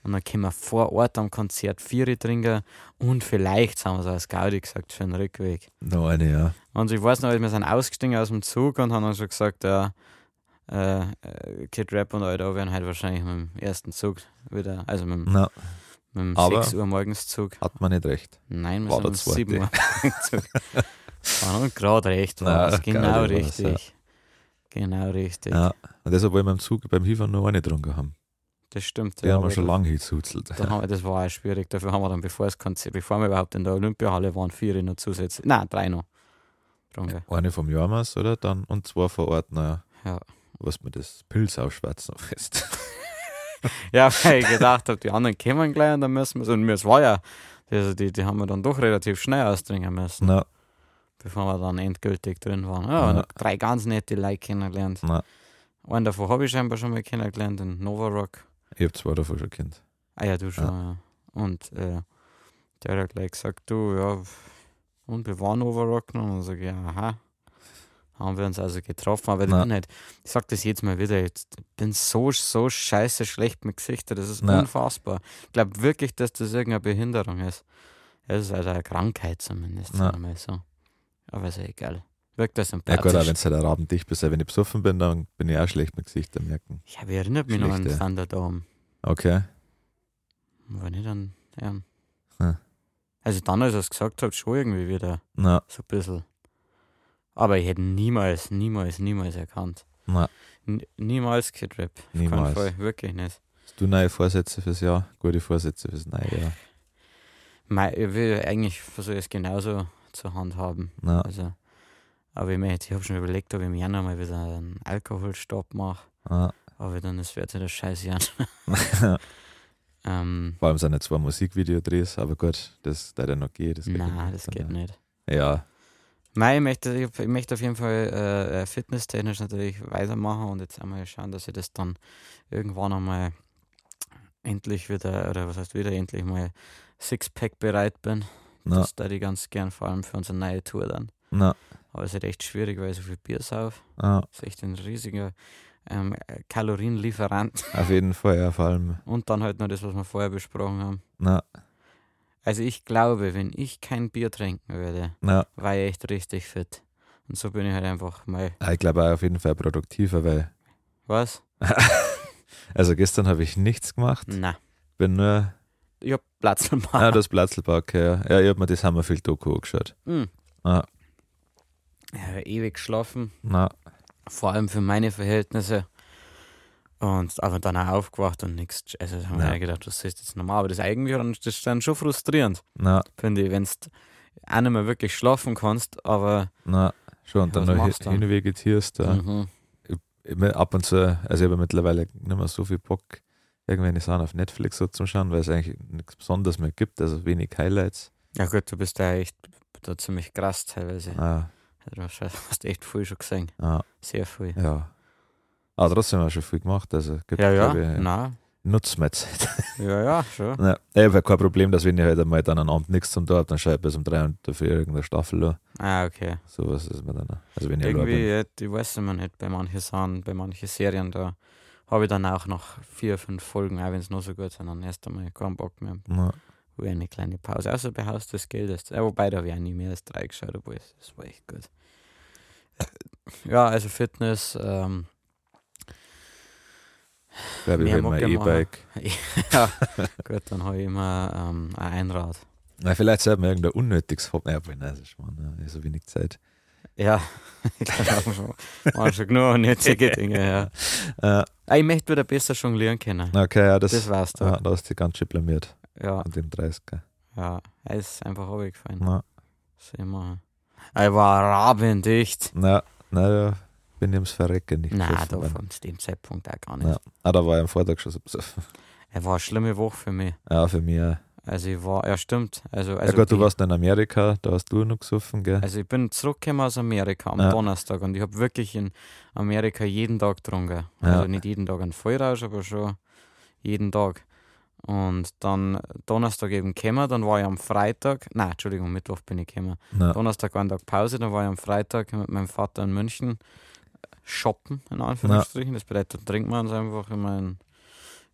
Speaker 1: Und dann können wir vor Ort am Konzert Vieri trinken und vielleicht, haben wir es als Gaudi gesagt, für den Rückweg.
Speaker 2: noch eine, ja.
Speaker 1: Und ich weiß noch, wir sind ausgestiegen aus dem Zug und haben dann schon gesagt, ja, äh, äh, Kid Rap und Aldo werden halt wahrscheinlich mit dem ersten Zug wieder, also mit, dem-
Speaker 2: Na,
Speaker 1: mit dem
Speaker 2: Aber-
Speaker 1: 6 Uhr morgens Zug.
Speaker 2: hat man nicht recht.
Speaker 1: Nein, wir
Speaker 2: War
Speaker 1: sind um
Speaker 2: der zweite.
Speaker 1: 7 Uhr zurück. Und gerade recht
Speaker 2: Ja,
Speaker 1: war es.
Speaker 2: geil
Speaker 1: Genau
Speaker 2: war das,
Speaker 1: richtig. Genau richtig.
Speaker 2: Ja. Und deshalb wollen wir im Zug beim Hiefern nur eine getrunken haben.
Speaker 1: Das stimmt.
Speaker 2: Die
Speaker 1: ja,
Speaker 2: haben wir
Speaker 1: aber
Speaker 2: schon
Speaker 1: da-
Speaker 2: lange hinzuzelt.
Speaker 1: da haben wir, das war auch schwierig. Dafür haben wir dann, bevor, das Konzert, bevor wir überhaupt in der Olympiahalle waren, vier noch zusätzlich. Nein, drei noch. Drunge.
Speaker 2: Eine vom Jormas, oder? Dann und zwei vor Ort, naja.
Speaker 1: Ja.
Speaker 2: Was mir das Pilz aufschwatzen fest. <laughs>
Speaker 1: Ja, <laughs> weil ich gedacht habe, die anderen kommen gleich und dann müssen wir es. Und es war ja, also die, die haben wir dann doch relativ schnell ausdringen müssen,
Speaker 2: Na,
Speaker 1: bevor wir dann endgültig drin waren. Ja, und
Speaker 2: Ja.
Speaker 1: drei ganz nette Leute kennengelernt.
Speaker 2: na,
Speaker 1: Einen davon habe ich scheinbar schon mal kennengelernt, den Novarock.
Speaker 2: ich hab zwei davon schon Kind.
Speaker 1: Ah ja, du schon,
Speaker 2: Ja.
Speaker 1: ja. Und äh, der hat ja gleich gesagt, du, ja, und wir waren Overrocken. Und dann sage ich, ja, aha. Haben wir uns also getroffen, aber ich
Speaker 2: Na.
Speaker 1: bin halt, ich sag das jetzt mal wieder, ich bin so, so scheiße schlecht mit Gesichtern, das ist
Speaker 2: Na.
Speaker 1: unfassbar. Ich glaube wirklich, dass das irgendeine Behinderung ist. Es ist also eine Krankheit zumindest,
Speaker 2: Na.
Speaker 1: sagen wir mal so. Aber ist ja egal. Wirkt
Speaker 2: Ja,
Speaker 1: das sympathisch.
Speaker 2: gut, auch wenn du halt abenddicht bist, aber wenn ich besoffen bin, dann bin ich auch schlecht mit Gesichtern merken.
Speaker 1: ich habe erinnert mich noch an
Speaker 2: Schlecht, ja.
Speaker 1: Thunderdome.
Speaker 2: Okay.
Speaker 1: Wenn ich dann, ja.
Speaker 2: Hm.
Speaker 1: Also dann, als er es gesagt hat, schon irgendwie wieder.
Speaker 2: Na,
Speaker 1: So ein bisschen. Aber ich hätte niemals, niemals, niemals erkannt.
Speaker 2: na,
Speaker 1: N niemals Kid Rap. Kein
Speaker 2: niemals.
Speaker 1: Fall, wirklich nicht.
Speaker 2: Hast du neue Vorsätze fürs Jahr? Gute Vorsätze fürs neue Jahr.
Speaker 1: Mei, ich will eigentlich versuche es genauso zur Hand haben.
Speaker 2: Na,
Speaker 1: Also, aber ich, mein, jetzt- ich habe schon überlegt, ob ich im Januar mal wieder einen Alkoholstopp mache.
Speaker 2: na.
Speaker 1: Aber dann ist wird ja das scheiß Jahr.
Speaker 2: <laughs> Vor
Speaker 1: Ähm,
Speaker 2: allem sind ja zwei Musikvideodrehs, aber gut, das da dann noch geht. Das geht
Speaker 1: nein, das geht
Speaker 2: ja.
Speaker 1: nicht.
Speaker 2: Ja,
Speaker 1: Nein, ich möchte, ich möchte auf jeden Fall äh, fitnesstechnisch natürlich weitermachen und jetzt einmal schauen, dass ich das dann irgendwann einmal endlich wieder, oder was heißt wieder, endlich mal Sixpack bereit bin.
Speaker 2: Na,
Speaker 1: Das da ich ganz gern, vor allem für unsere neue Tour dann.
Speaker 2: na,
Speaker 1: Aber es ist recht schwierig, weil ich so viel Bier sauf.
Speaker 2: ah,
Speaker 1: Das ist echt ein riesiger ähm, Kalorienlieferant. <laughs>
Speaker 2: auf jeden Fall, ja, vor allem.
Speaker 1: Und dann halt noch das, was wir vorher besprochen haben.
Speaker 2: Na,
Speaker 1: Also ich glaube, wenn ich kein Bier trinken würde,
Speaker 2: na,
Speaker 1: war ich echt richtig fit. Und so bin ich halt einfach mal,
Speaker 2: Ah, ich glaube auch auf jeden Fall produktiver, weil.
Speaker 1: was?
Speaker 2: Also gestern habe ich nichts gemacht,
Speaker 1: Na,
Speaker 2: bin
Speaker 1: <laughs>
Speaker 2: nur.
Speaker 1: ich hab Platz gemacht.
Speaker 2: Ah, das Platzlbacke, ja. Ja, ich habe mir das Hammerfield-Doku angeschaut.
Speaker 1: Mhm.
Speaker 2: Ah.
Speaker 1: Ja, ewig geschlafen,
Speaker 2: Na,
Speaker 1: vor allem für meine Verhältnisse. Und aber dann auch aufgewacht und nichts. Also da haben wir
Speaker 2: Ja.
Speaker 1: ja gedacht, das ist jetzt normal. Aber das ist eigentlich dann- das ist dann schon frustrierend,
Speaker 2: na,
Speaker 1: finde ich, wenn du auch nicht mehr wirklich schlafen kannst, aber
Speaker 2: na, schon. Und
Speaker 1: Ja,
Speaker 2: dann
Speaker 1: was
Speaker 2: noch
Speaker 1: machst du
Speaker 2: hin-
Speaker 1: dann?
Speaker 2: hinvegetierst. Ja.
Speaker 1: mhm.
Speaker 2: Ich mein, ab und zu, also ich habe mittlerweile nicht mehr so viel Bock, irgendwelche Sachen auf Netflix so zu schauen, weil es eigentlich nichts Besonderes mehr gibt, also wenig Highlights.
Speaker 1: ja gut, du bist da echt da ziemlich krass teilweise. Also
Speaker 2: Ah,
Speaker 1: Du hast- hast echt viel schon gesehen.
Speaker 2: ah,
Speaker 1: Sehr viel.
Speaker 2: ja. Aber trotzdem haben wir schon viel gemacht, also gibt
Speaker 1: Ja, ja,
Speaker 2: glaube ich,
Speaker 1: na,
Speaker 2: nutzen wir jetzt. <laughs>
Speaker 1: ja, ja, schon.
Speaker 2: Ja, ich habe ja kein Problem, dass wenn ich heute mal dann am Abend nichts zum tun hab, dann schaue ich bis um drei und dafür irgendeine Staffel an.
Speaker 1: Ah, okay.
Speaker 2: Sowas ist mir dann. Also wenn ich allein
Speaker 1: Irgendwie,
Speaker 2: bin.
Speaker 1: ja, ich weiß immer nicht, bei manchen Sachen, bei manchen Serien, da habe ich dann auch noch vier, fünf Folgen, auch wenn es nur so gut sind, dann erst einmal keinen Bock mehr.
Speaker 2: Ja,
Speaker 1: Wo ich eine kleine Pause. Außer bei Haus des Geldes. Ja, wobei, da habe ich auch nie mehr als drei geschaut, obwohl es das war echt gut. Ja, also Fitness, ähm,
Speaker 2: glaube ich,
Speaker 1: Mehr
Speaker 2: wenn mein
Speaker 1: Mucke machen.
Speaker 2: E-Bike.
Speaker 1: ja, gut, dann habe ich immer ähm, ein Einrad.
Speaker 2: Na, vielleicht sollte man irgendein unnötiges Hobby. Ja, aber nein, das ist schon, ja, so wenig Zeit.
Speaker 1: Ja, <laughs> ich glaube schon. Waren schon genug nützige Dinge, ja.
Speaker 2: Äh,
Speaker 1: Ah, ich möchte wieder besser jonglieren können.
Speaker 2: okay, ja, das,
Speaker 1: Das war's
Speaker 2: ja,
Speaker 1: da.
Speaker 2: da hast du dich ganz schön blamiert
Speaker 1: Ja,
Speaker 2: an dem 30er.
Speaker 1: ja. Es ist einfach runtergefallen.
Speaker 2: Na,
Speaker 1: Sehen wir. Er war rabendicht.
Speaker 2: na, na, ja, bin ich ums Verrecken nicht
Speaker 1: Na,
Speaker 2: getroffen
Speaker 1: da
Speaker 2: worden.
Speaker 1: von dem Zeitpunkt auch gar nicht.
Speaker 2: Ja. Ah, da war ich am Vortag schon so besoffen. <laughs>
Speaker 1: Er war eine schlimme Woche für mich.
Speaker 2: Ja, für mich. auch.
Speaker 1: Also ich war, ja stimmt. Also, also,
Speaker 2: ja gut, du
Speaker 1: die-
Speaker 2: warst in Amerika, da hast du noch gesoffen, gell?
Speaker 1: also ich bin zurückgekommen aus Amerika am
Speaker 2: Ja.
Speaker 1: Donnerstag und ich habe wirklich in Amerika jeden Tag getrunken.
Speaker 2: Ja.
Speaker 1: Also nicht jeden Tag einen Vollrausch, aber schon jeden Tag. Und dann Donnerstag eben gekommen, dann war ich am Freitag, nein, Entschuldigung, Mittwoch bin ich gekommen.
Speaker 2: Na,
Speaker 1: Donnerstag war ein Tag Pause, dann war ich am Freitag mit meinem Vater in München äh, shoppen, in Anführungsstrichen. Das bedeutet, trinken wir uns einfach immer in,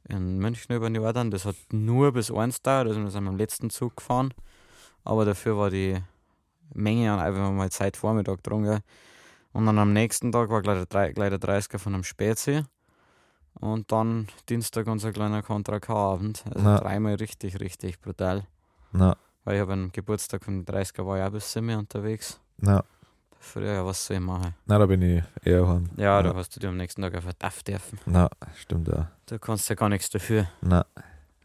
Speaker 1: in München über den Jordan. Das hat nur bis eins gedauert, also wir sind am letzten Zug gefahren. Aber dafür war die Menge an einfach mal Zeit Vormittag getrunken. Und dann am nächsten Tag war gleich der, drei- gleich der 30er von einem Spätsee. Und dann Dienstag unser kleiner Contra K-Abend. Also
Speaker 2: Ja.
Speaker 1: dreimal richtig, richtig brutal.
Speaker 2: na,
Speaker 1: Weil ich habe am Geburtstag vom 30er war ich auch bis Simi unterwegs.
Speaker 2: na,
Speaker 1: Früher, ja, was soll ich machen?
Speaker 2: na, da bin ich eher heim.
Speaker 1: Ja, da
Speaker 2: Ja.
Speaker 1: hast du dir am nächsten Tag einfach daft dürfen.
Speaker 2: Na, stimmt ja.
Speaker 1: Du kannst ja gar nichts dafür.
Speaker 2: Na,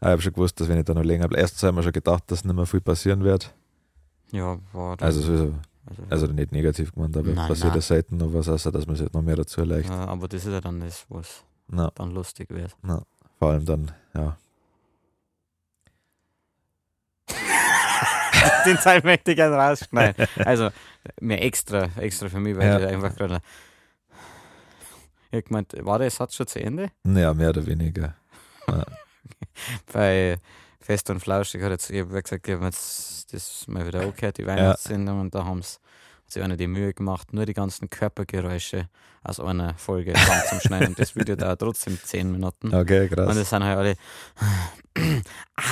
Speaker 2: Ah, ich habe schon gewusst, dass wenn ich da noch länger bleibe, erstens haben wir schon gedacht, dass nicht mehr viel passieren wird.
Speaker 1: Ja, war dann-
Speaker 2: Also, sowieso,
Speaker 1: also,
Speaker 2: also nicht negativ gemeint, aber
Speaker 1: Nein,
Speaker 2: passiert
Speaker 1: nein.
Speaker 2: ja selten noch was, außer dass man sich noch mehr dazu
Speaker 1: äh,
Speaker 2: erleicht.
Speaker 1: aber das ist ja dann das, was
Speaker 2: Na,
Speaker 1: dann lustig wird.
Speaker 2: vor allem dann, ja.
Speaker 1: Den Teil möchte ich gerne rausschneiden. Also, mir extra, extra für mich, weil
Speaker 2: Ja.
Speaker 1: ich einfach gerade. Ich gemeint, war der Satz schon zu Ende?
Speaker 2: Naja, mehr oder weniger.
Speaker 1: Bei Fest und Flauschig hat jetzt, ich habe gesagt, ich habe jetzt das mal wieder angehört, die Weihnachtssendung, und da haben sie sich einer die Mühe gemacht, nur die ganzen Körpergeräusche aus einer Folge zusammenzuschneiden. Und das Video dauert trotzdem 10 Minuten.
Speaker 2: Okay,
Speaker 1: Und
Speaker 2: krass.
Speaker 1: es sind halt alle. Ah.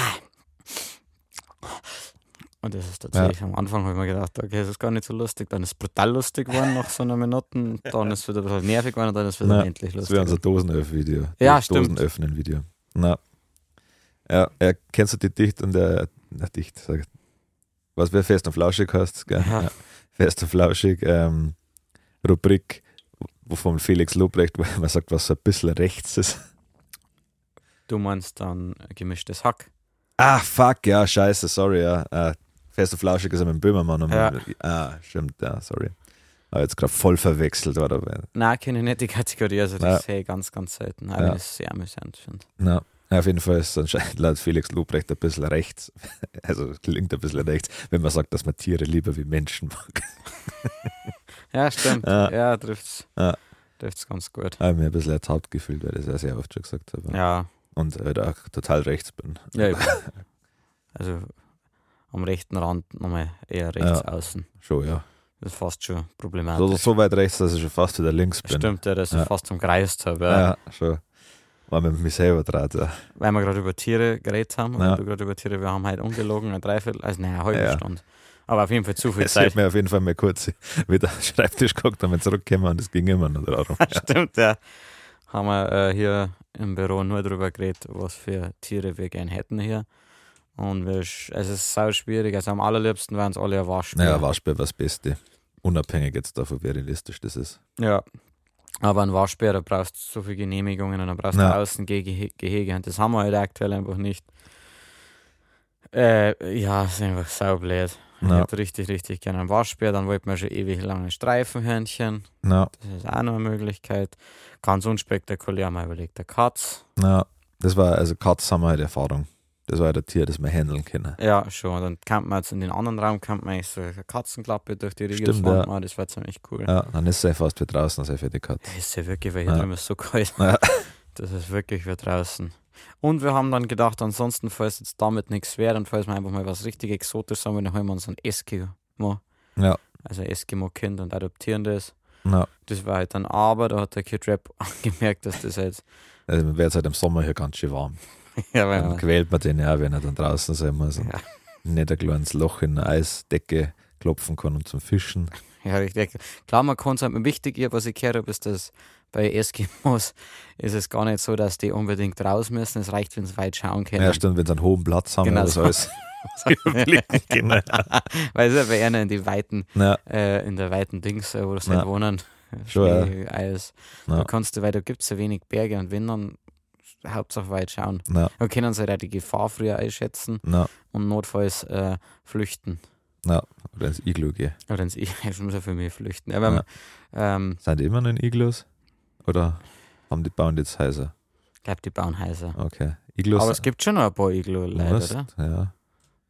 Speaker 1: Und das ist tatsächlich, am Anfang habe ich mir gedacht, okay, es ist gar nicht so lustig. Dann ist es brutal lustig geworden nach so einer Minute. Dann ist es wieder ein bisschen nervig geworden und dann ist es wieder
Speaker 2: Na,
Speaker 1: endlich
Speaker 2: Das
Speaker 1: lustig.
Speaker 2: wäre unser Dosenöff-Video.
Speaker 1: Ja,
Speaker 2: Das
Speaker 1: stimmt.
Speaker 2: Dosenöffnen-Video. Na. Ja, ja, kennst du die Dicht und der. Na, Dicht, sag ich. Was wir fest und flauschig hast, gell?
Speaker 1: Ja.
Speaker 2: Ja. Fest und flauschig, ähm, Rubrik, wovon Felix Lobrecht, weil man sagt, was so ein bisschen rechts ist.
Speaker 1: Du meinst dann gemischtes Hack.
Speaker 2: Ah, fuck, ja, scheiße, sorry, ja. Äh, fest und flauschig ist ja mit dem Böhmermann. Und
Speaker 1: Ja.
Speaker 2: mit, ah, stimmt, ja, sorry. Aber jetzt gerade voll verwechselt, oder?
Speaker 1: Nein, kenne ich nicht die Kategorie. Also,
Speaker 2: Ja.
Speaker 1: das sehe ich ganz, ganz selten. Aber
Speaker 2: Ja.
Speaker 1: das ist sehr amüsant, finde
Speaker 2: Na, Ja, auf jeden Fall ist es anscheinend <laughs> laut Felix Lobrecht ein bisschen rechts. <laughs> Also klingt ein bisschen rechts, wenn man sagt, dass man Tiere lieber wie Menschen mag.
Speaker 1: Ja, stimmt.
Speaker 2: Ja.
Speaker 1: Ja, trifft's.
Speaker 2: Ja.
Speaker 1: Trifft's ganz gut.
Speaker 2: Ich mir ein bisschen ertaubt gefühlt, weil ich das ja sehr oft schon gesagt habe.
Speaker 1: Ja,
Speaker 2: Und halt auch total rechts bin. <laughs>
Speaker 1: ja. eben. Also am rechten Rand nochmal eher rechts außen.
Speaker 2: Schon, ja.
Speaker 1: Das ist fast schon
Speaker 2: So,
Speaker 1: problematisch.
Speaker 2: so weit rechts, dass ich schon fast wieder links bin.
Speaker 1: Stimmt, ja, dass ich
Speaker 2: Ja.
Speaker 1: fast umkreist habe. Ja.
Speaker 2: Ja, schon. War mit mir selber dran. Ja.
Speaker 1: Weil wir gerade über Tiere geredet haben.
Speaker 2: Ja.
Speaker 1: Und du gerade über Tiere, wir haben halt ungelogen eine Dreiviertel, also nein, eine halbe
Speaker 2: Ja.
Speaker 1: Stunde. Aber auf jeden Fall zu viel
Speaker 2: Es hat
Speaker 1: Zeit.
Speaker 2: mir auf jeden Fall mal kurz <laughs> wieder am Schreibtisch geguckt, damit zurückkommen und es ging immer noch
Speaker 1: <laughs>
Speaker 2: darum.
Speaker 1: Stimmt, ja. Haben wir äh, hier im Büro nur darüber geredet, was für Tiere wir gern hätten hier. Und wir, sch- es ist sau schwierig. Also am allerliebsten wären es alle ein Waschbär.
Speaker 2: Naja, Waschbär war das Beste. Unabhängig jetzt davon, wie realistisch das ist.
Speaker 1: Ja. Aber ein Waschbär, da brauchst du so viele Genehmigungen und da brauchst du
Speaker 2: Ja.
Speaker 1: draußen Ge- Gehege. Und das haben wir halt aktuell einfach nicht. Äh, ja, ist einfach saublöd. Ich
Speaker 2: Ja.
Speaker 1: hätte richtig, richtig gerne einen Waschbär. Dann wollten wir schon ewig lange Streifenhörnchen.
Speaker 2: Na,
Speaker 1: Das ist auch noch eine Möglichkeit. Ganz unspektakulär mal überlegt, der Katz.
Speaker 2: na, das war, also Katz haben wir halt Erfahrung. Das war halt ein Tier, das wir handeln können.
Speaker 1: Ja, schon. Dann kann man jetzt in den anderen Raum, kann man eigentlich so eine Katzenklappe durch die Riegel
Speaker 2: Stimmt,
Speaker 1: fahren.
Speaker 2: ja.
Speaker 1: Ah, Das war ziemlich cool.
Speaker 2: Ja, dann ist es ja fast wie draußen, als für die Katze.
Speaker 1: Das ist ja wirklich, weil hier
Speaker 2: Ja.
Speaker 1: drüben ist so kalt.
Speaker 2: Ja.
Speaker 1: <laughs> Das ist wirklich wie draußen. Und wir haben dann gedacht, ansonsten, falls jetzt damit nichts wäre und falls wir einfach mal was richtig Exotisches haben, dann holen wir uns ein Eskimo.
Speaker 2: Ja.
Speaker 1: Also ein Eskimo-Kind und adoptieren das.
Speaker 2: Na,
Speaker 1: Das war halt dann aber, da hat der Kid Rap <laughs> angemerkt, dass das halt,
Speaker 2: also mir wäre es halt im Sommer hier ganz schön warm.
Speaker 1: <laughs> ja, weil
Speaker 2: Dann quält man den ja, wenn er dann draußen sein muss und
Speaker 1: Ja.
Speaker 2: nicht ein kleines Loch in eine Eisdecke klopfen kann und zum Fischen.
Speaker 1: Ja, richtig. Klar, man kann es halt wichtig, ist, was ich gehört habe, ist, dass bei Eskimos ist es gar nicht so, dass die unbedingt raus müssen. Es reicht, wenn sie weit schauen können.
Speaker 2: Ja, stimmt, wenn sie einen hohen Platz haben,
Speaker 1: Genau
Speaker 2: genau das
Speaker 1: so.
Speaker 2: alles <laughs> überblicken können.
Speaker 1: <laughs> Weil es ist ja bei einer in die weiten,
Speaker 2: Na,
Speaker 1: äh, in der weiten Dings, äh, wo sie
Speaker 2: Ja.
Speaker 1: nicht wohnen.
Speaker 2: Schon, ja.
Speaker 1: Schnee, Eis. Da
Speaker 2: na,
Speaker 1: kannst du, weil da gibt es ja wenig Berge und wenn dann Hauptsache weit schauen.
Speaker 2: na,
Speaker 1: Da können sie halt auch die Gefahr früher einschätzen
Speaker 2: na,
Speaker 1: und notfalls äh, flüchten.
Speaker 2: oder ins Iglu gehen.
Speaker 1: Oder ins <laughs> Ich ich muss ja für mich flüchten. Aber
Speaker 2: Ja.
Speaker 1: ähm,
Speaker 2: Sind die immer noch in Iglus? Oder haben die bauen jetzt Häuser?
Speaker 1: ich glaube, die bauen Häuser.
Speaker 2: Okay. Iglus.
Speaker 1: Aber es gibt schon noch ein paar Iglo-Leute,
Speaker 2: Was?
Speaker 1: oder?
Speaker 2: Ja,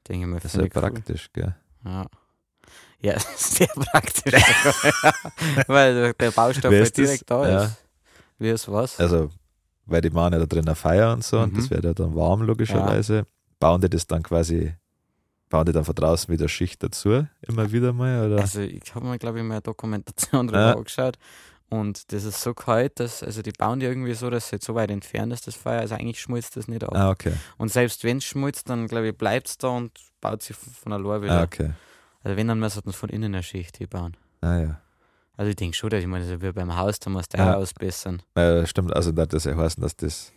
Speaker 1: Denke ich mal,
Speaker 2: das ist
Speaker 1: find
Speaker 2: ja
Speaker 1: ich cool.
Speaker 2: praktisch, gell?
Speaker 1: Ja. Ja, <laughs> das ist sehr praktisch. <laughs> Weil der- der Baustoff
Speaker 2: Wer
Speaker 1: halt
Speaker 2: ist das?
Speaker 1: direkt da
Speaker 2: Ja.
Speaker 1: ist. Wie ist was?
Speaker 2: Also, weil die machen ja da drin eine Feier und so
Speaker 1: Mhm.
Speaker 2: und das wird ja dann warm, logischerweise. Bauen die das dann quasi, bauen die dann von draußen wieder Schicht dazu, immer wieder mal? Oder?
Speaker 1: Also ich habe mir, glaube ich, mal eine Dokumentation drüber
Speaker 2: Ja.
Speaker 1: angeschaut. Und das ist so kalt, dass, also die bauen die irgendwie so, dass es halt so weit entfernt ist, das Feuer. Also eigentlich schmilzt das nicht ab.
Speaker 2: ah, okay.
Speaker 1: Und selbst wenn es schmilzt, dann glaube ich, bleibt es da und baut sich von von allein wieder.
Speaker 2: Ah, okay.
Speaker 1: Also wenn, dann müssen wir von innen eine Schicht hier bauen.
Speaker 2: Ah, ja.
Speaker 1: Also ich denke schon, dass ich meine, das ist wie beim Haus, da musst du
Speaker 2: Ja.
Speaker 1: auch ausbessern.
Speaker 2: Äh, stimmt, also das das ja heißen, dass das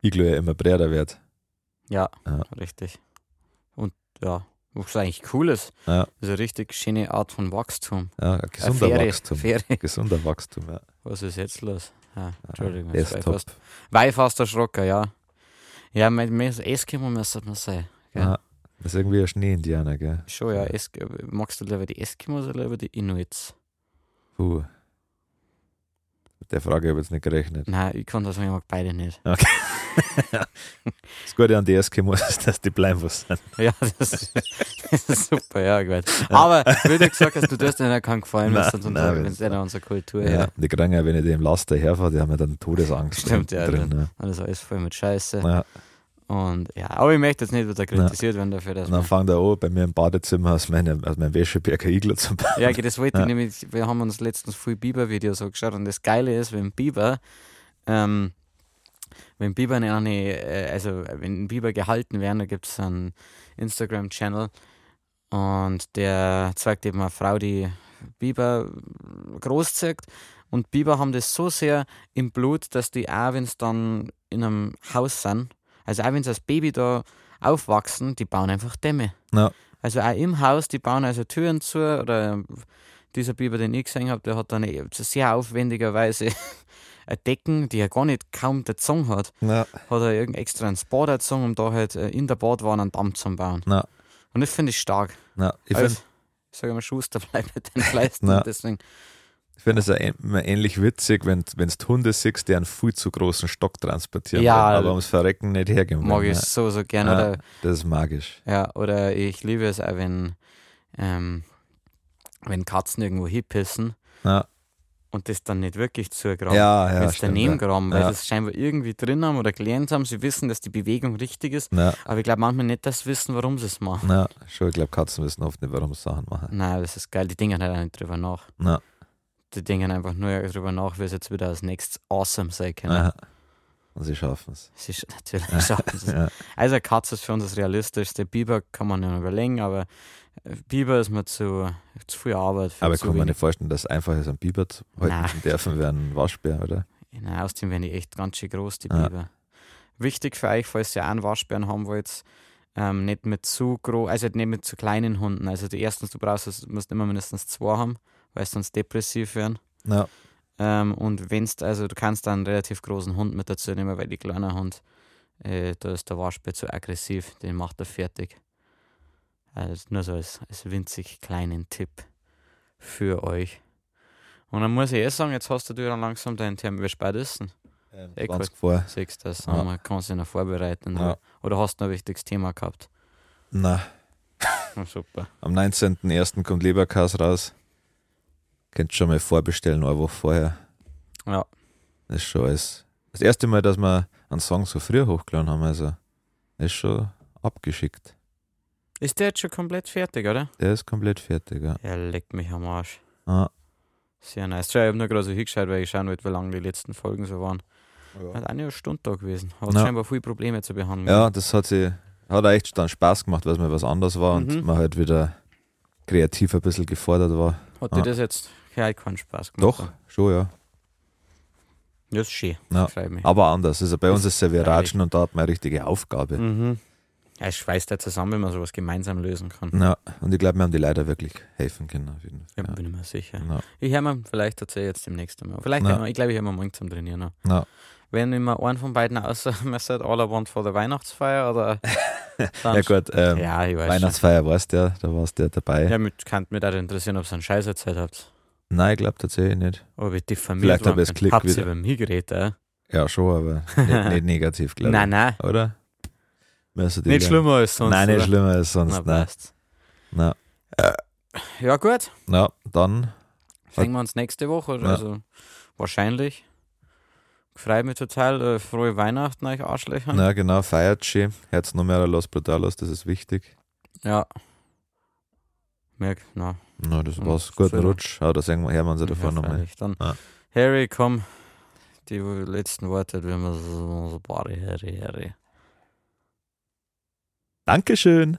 Speaker 2: Iglu ja immer breiter wird.
Speaker 1: Ja,
Speaker 2: Ja.
Speaker 1: richtig. Und ja, was eigentlich cool ist.
Speaker 2: Ja.
Speaker 1: Das ist eine richtig schöne Art von Wachstum.
Speaker 2: Ja, ein
Speaker 1: Eine
Speaker 2: gesunder
Speaker 1: faire-
Speaker 2: Wachstum.
Speaker 1: faire-
Speaker 2: Gesunder Wachstum, ja.
Speaker 1: Was ist jetzt los? Ja, Entschuldigung,
Speaker 2: Entschuldigung,
Speaker 1: jetzt
Speaker 2: ist
Speaker 1: war ich
Speaker 2: top.
Speaker 1: fast- War ich fast erschrocken, ja. Ja, mit mir ist Eskimo müsste man sein. gell?
Speaker 2: Ja. Ah, Das ist irgendwie ein Schnee-Indianer, gell?
Speaker 1: Schon, ja. Esk magst du lieber die Eskimos oder lieber die Inuits?
Speaker 2: Puh. Mit der Frage habe ich jetzt nicht gerechnet.
Speaker 1: Nein, ich kann das sagen, ich mag beide nicht.
Speaker 2: Das Gute an die Eskimos <laughs> ist, dass die bleiben was sind.
Speaker 1: Ja, <laughs> das ist, das ist super, ja, gut. Aber wie du gesagt hast, du tust denen auch keinen Gefallen, wenn
Speaker 2: Nein,
Speaker 1: es dann so-
Speaker 2: nein,
Speaker 1: wenn
Speaker 2: wenn's-
Speaker 1: es einer unserer Kultur
Speaker 2: Ja.
Speaker 1: ja.
Speaker 2: Die kriegen ja, wenn ich dem Laster herfahre, die haben ja dann Todesangst
Speaker 1: Stimmt,
Speaker 2: drin.
Speaker 1: ja,
Speaker 2: drin ne?
Speaker 1: Und das ist alles voll mit Scheiße.
Speaker 2: ja.
Speaker 1: Und ja, aber ich möchte jetzt nicht wieder kritisiert werden dafür, dass
Speaker 2: Und dann
Speaker 1: man,
Speaker 2: fangen da an, bei mir im Badezimmer aus, meine, aus meinem Wäscheberg ein Igel zu bauen.
Speaker 1: Ja, das wollte
Speaker 2: Ja.
Speaker 1: ich nämlich, wir haben uns letztens viel Biber-Videos angeschaut und das Geile ist, wenn Biber, ähm, wenn Biber in eine, äh, also wenn Biber gehalten werden, da gibt es einen Instagram-Channel und der zeigt eben eine Frau, die Biber großzieht und Biber haben das so sehr im Blut, dass die auch, wenn sie dann in einem Haus sind, also auch wenn sie als Baby da aufwachsen, die bauen einfach Dämme.
Speaker 2: Ja.
Speaker 1: Also auch im Haus, die bauen also Türen zu oder dieser Biber, den ich gesehen habe, der hat dann eh zu sehr aufwendigerweise <laughs> eine Decken, die er gar nicht kaum dazu hat,
Speaker 2: Ja.
Speaker 1: hat er irgendein extra ins Bad dazu, um da halt äh, in der Badwanne einen Damm zu bauen.
Speaker 2: Ja.
Speaker 1: Und das finde ich stark.
Speaker 2: Ja. Ich
Speaker 1: Also,
Speaker 2: finde
Speaker 1: ich sage immer, Schuster, bleib bei deinen Leisten.
Speaker 2: Ja.
Speaker 1: Deswegen,
Speaker 2: Ich finde es auch ä- immer ähnlich witzig, wenn wenn du Hunde siehst, die einen viel zu großen Stock transportieren,
Speaker 1: Ja.
Speaker 2: wollen, aber ums Verrecken nicht hergeben.
Speaker 1: Mag
Speaker 2: wollen,
Speaker 1: ich
Speaker 2: ne?
Speaker 1: so, so gern.
Speaker 2: Ja,
Speaker 1: Oder
Speaker 2: Das ist magisch.
Speaker 1: Ja, oder ich liebe es auch, wenn, ähm, wenn Katzen irgendwo hinpissen
Speaker 2: Ja.
Speaker 1: und das dann nicht wirklich zugraben.
Speaker 2: Ja, ja,
Speaker 1: wenn sie
Speaker 2: stimmt,
Speaker 1: daneben
Speaker 2: ja.
Speaker 1: graben, weil
Speaker 2: Ja.
Speaker 1: sie es scheinbar irgendwie drin haben oder gelernt haben. Sie wissen, dass die Bewegung richtig ist,
Speaker 2: Na,
Speaker 1: aber ich glaube manchmal nicht das wissen, warum sie es machen.
Speaker 2: na, schon, ich glaube, Katzen wissen oft nicht, warum sie Sachen machen.
Speaker 1: Nein, das ist geil. Die denken halt auch nicht drüber nach.
Speaker 2: Na,
Speaker 1: Die denken einfach nur drüber nach, wie es jetzt wieder als nächstes awesome sein kann.
Speaker 2: aha. Und sie schaffen es.
Speaker 1: Sie sch natürlich
Speaker 2: <laughs>
Speaker 1: schaffen sie es.
Speaker 2: Ja.
Speaker 1: Also eine Katze ist für uns das Realistischste. Biber kann man ja überlegen, aber äh, Biber ist mir zu, zu viel Arbeit. Für
Speaker 2: Aber ich
Speaker 1: zu
Speaker 2: kann mir
Speaker 1: wenig.
Speaker 2: nicht vorstellen, dass es einfach ist, einen Biber zu halten
Speaker 1: Na.
Speaker 2: zu dürfen wie ein Waschbär, oder?
Speaker 1: Nein, außerdem werden die echt ganz schön groß, die
Speaker 2: Ja.
Speaker 1: Biber. Wichtig für euch, falls ihr einen Waschbären haben wollt, ähm, nicht mit zu groß, also nicht mit zu kleinen Hunden. Also die erstens, du brauchst, es- du musst immer mindestens zwei haben, weil sie sonst depressiv werden.
Speaker 2: Ja.
Speaker 1: Ähm, und wenn's, also du kannst dann einen relativ großen Hund mit dazu nehmen, weil die kleine Hund, äh, da ist der Waschbär zu aggressiv, den macht er fertig. Also nur so als, als winzig kleinen Tipp für euch. Und dann muss ich eh sagen, jetzt hast du dann langsam deinen Termin, wie spät ist denn?
Speaker 2: Ähm,
Speaker 1: Eh
Speaker 2: 20 vor.
Speaker 1: siehst das,
Speaker 2: Ja.
Speaker 1: ja. man kann sich noch vorbereiten.
Speaker 2: Ja.
Speaker 1: Oder hast du noch ein wichtiges Thema gehabt?
Speaker 2: Na,
Speaker 1: Na, super.
Speaker 2: am 19.01. kommt Leberkas raus. Könnt schon mal vorbestellen, eine Woche vorher.
Speaker 1: Ja.
Speaker 2: Das ist schon alles. Das erste Mal, dass wir einen Song so früh hochgeladen haben, also das ist schon abgeschickt.
Speaker 1: Ist der jetzt schon komplett fertig, oder?
Speaker 2: Der ist komplett fertig, ja.
Speaker 1: Er legt mich am Arsch.
Speaker 2: Ah,
Speaker 1: Sehr nice. Schau, Ich habe nur gerade so hingeschaut, weil ich schauen wollte, wie lange die letzten Folgen so waren. Hat eine Stunde da gewesen. Hat
Speaker 2: Ja.
Speaker 1: scheinbar viele Probleme zu behandeln.
Speaker 2: ja, das hat sie hat auch echt dann Spaß gemacht, weil es mal was anderes war
Speaker 1: Mhm.
Speaker 2: und man halt wieder kreativ ein bisschen gefordert war.
Speaker 1: Hat dir
Speaker 2: Ja.
Speaker 1: das jetzt ja, keinen Spaß gemacht?
Speaker 2: Doch, schon, ja.
Speaker 1: Das ist schön.
Speaker 2: Ja.
Speaker 1: Freut mich.
Speaker 2: Aber anders. Also bei uns
Speaker 1: Das
Speaker 2: ist es ja wie Ratschen und da hat man eine richtige Aufgabe.
Speaker 1: Mhm. Ja, es schweißt ja zusammen, wenn man sowas gemeinsam lösen kann.
Speaker 2: Ja, und ich glaube, wir haben die leider wirklich helfen können. Auf jeden
Speaker 1: Ja,
Speaker 2: Fall.
Speaker 1: bin ich mir sicher.
Speaker 2: Ja.
Speaker 1: Ich höre mir vielleicht erzähl jetzt demnächst einmal. Vielleicht,
Speaker 2: Ja.
Speaker 1: hör mal- ich glaube, ich höre mir morgen zum Trainieren an.
Speaker 2: Ja.
Speaker 1: Wenn immer einen von beiden außer <laughs> man sagt, all I want vor der
Speaker 2: <laughs>
Speaker 1: Weihnachtsfeier oder.
Speaker 2: Ja,
Speaker 1: dann-
Speaker 2: ja gut, ähm,
Speaker 1: Ja, ich weiß. Schon.
Speaker 2: Weihnachtsfeier warst du ja, da warst du ja dabei.
Speaker 1: Ja, mich könnte mich auch interessieren, ob ihr einen Scheiß erzählt habt.
Speaker 2: Nein, ich glaube tatsächlich nicht.
Speaker 1: Ob ich diffamiert
Speaker 2: Vielleicht hab
Speaker 1: worden
Speaker 2: ich's
Speaker 1: bin.
Speaker 2: geklickt
Speaker 1: Habt ihr
Speaker 2: wieder.
Speaker 1: über mich geredet, äh?
Speaker 2: Ja,
Speaker 1: <laughs>
Speaker 2: schon, aber nicht, nicht negativ, glaube ich.
Speaker 1: Nein, nein.
Speaker 2: Oder? Müssen die
Speaker 1: Nicht
Speaker 2: lernen.
Speaker 1: schlimmer als sonst.
Speaker 2: Nein, nicht
Speaker 1: oder?
Speaker 2: schlimmer als sonst.
Speaker 1: Na,
Speaker 2: Nein.
Speaker 1: passt. Äh,
Speaker 2: Nein.
Speaker 1: Ja, gut.
Speaker 2: Na, dann,
Speaker 1: Sehen wir uns nächste Woche. oder?
Speaker 2: Ja.
Speaker 1: Also, wahrscheinlich. Freut mich total. Äh, frohe Weihnachten euch Arschlöcher.
Speaker 2: na genau, feiert schön. Herz Nummer los, brutalos, das ist wichtig.
Speaker 1: Ja. Merk, na.
Speaker 2: Na, das
Speaker 1: Ja,
Speaker 2: war's. Guten
Speaker 1: Hm, schön.
Speaker 2: Rutsch. Ah, da sehen wir, hören wir uns ja davon
Speaker 1: Ja,
Speaker 2: nochmal.
Speaker 1: freilich. Dann,
Speaker 2: Ja.
Speaker 1: Harry, komm, die letzten Worte, wenn man so, so Barry, Harry, Harry.
Speaker 2: Dankeschön.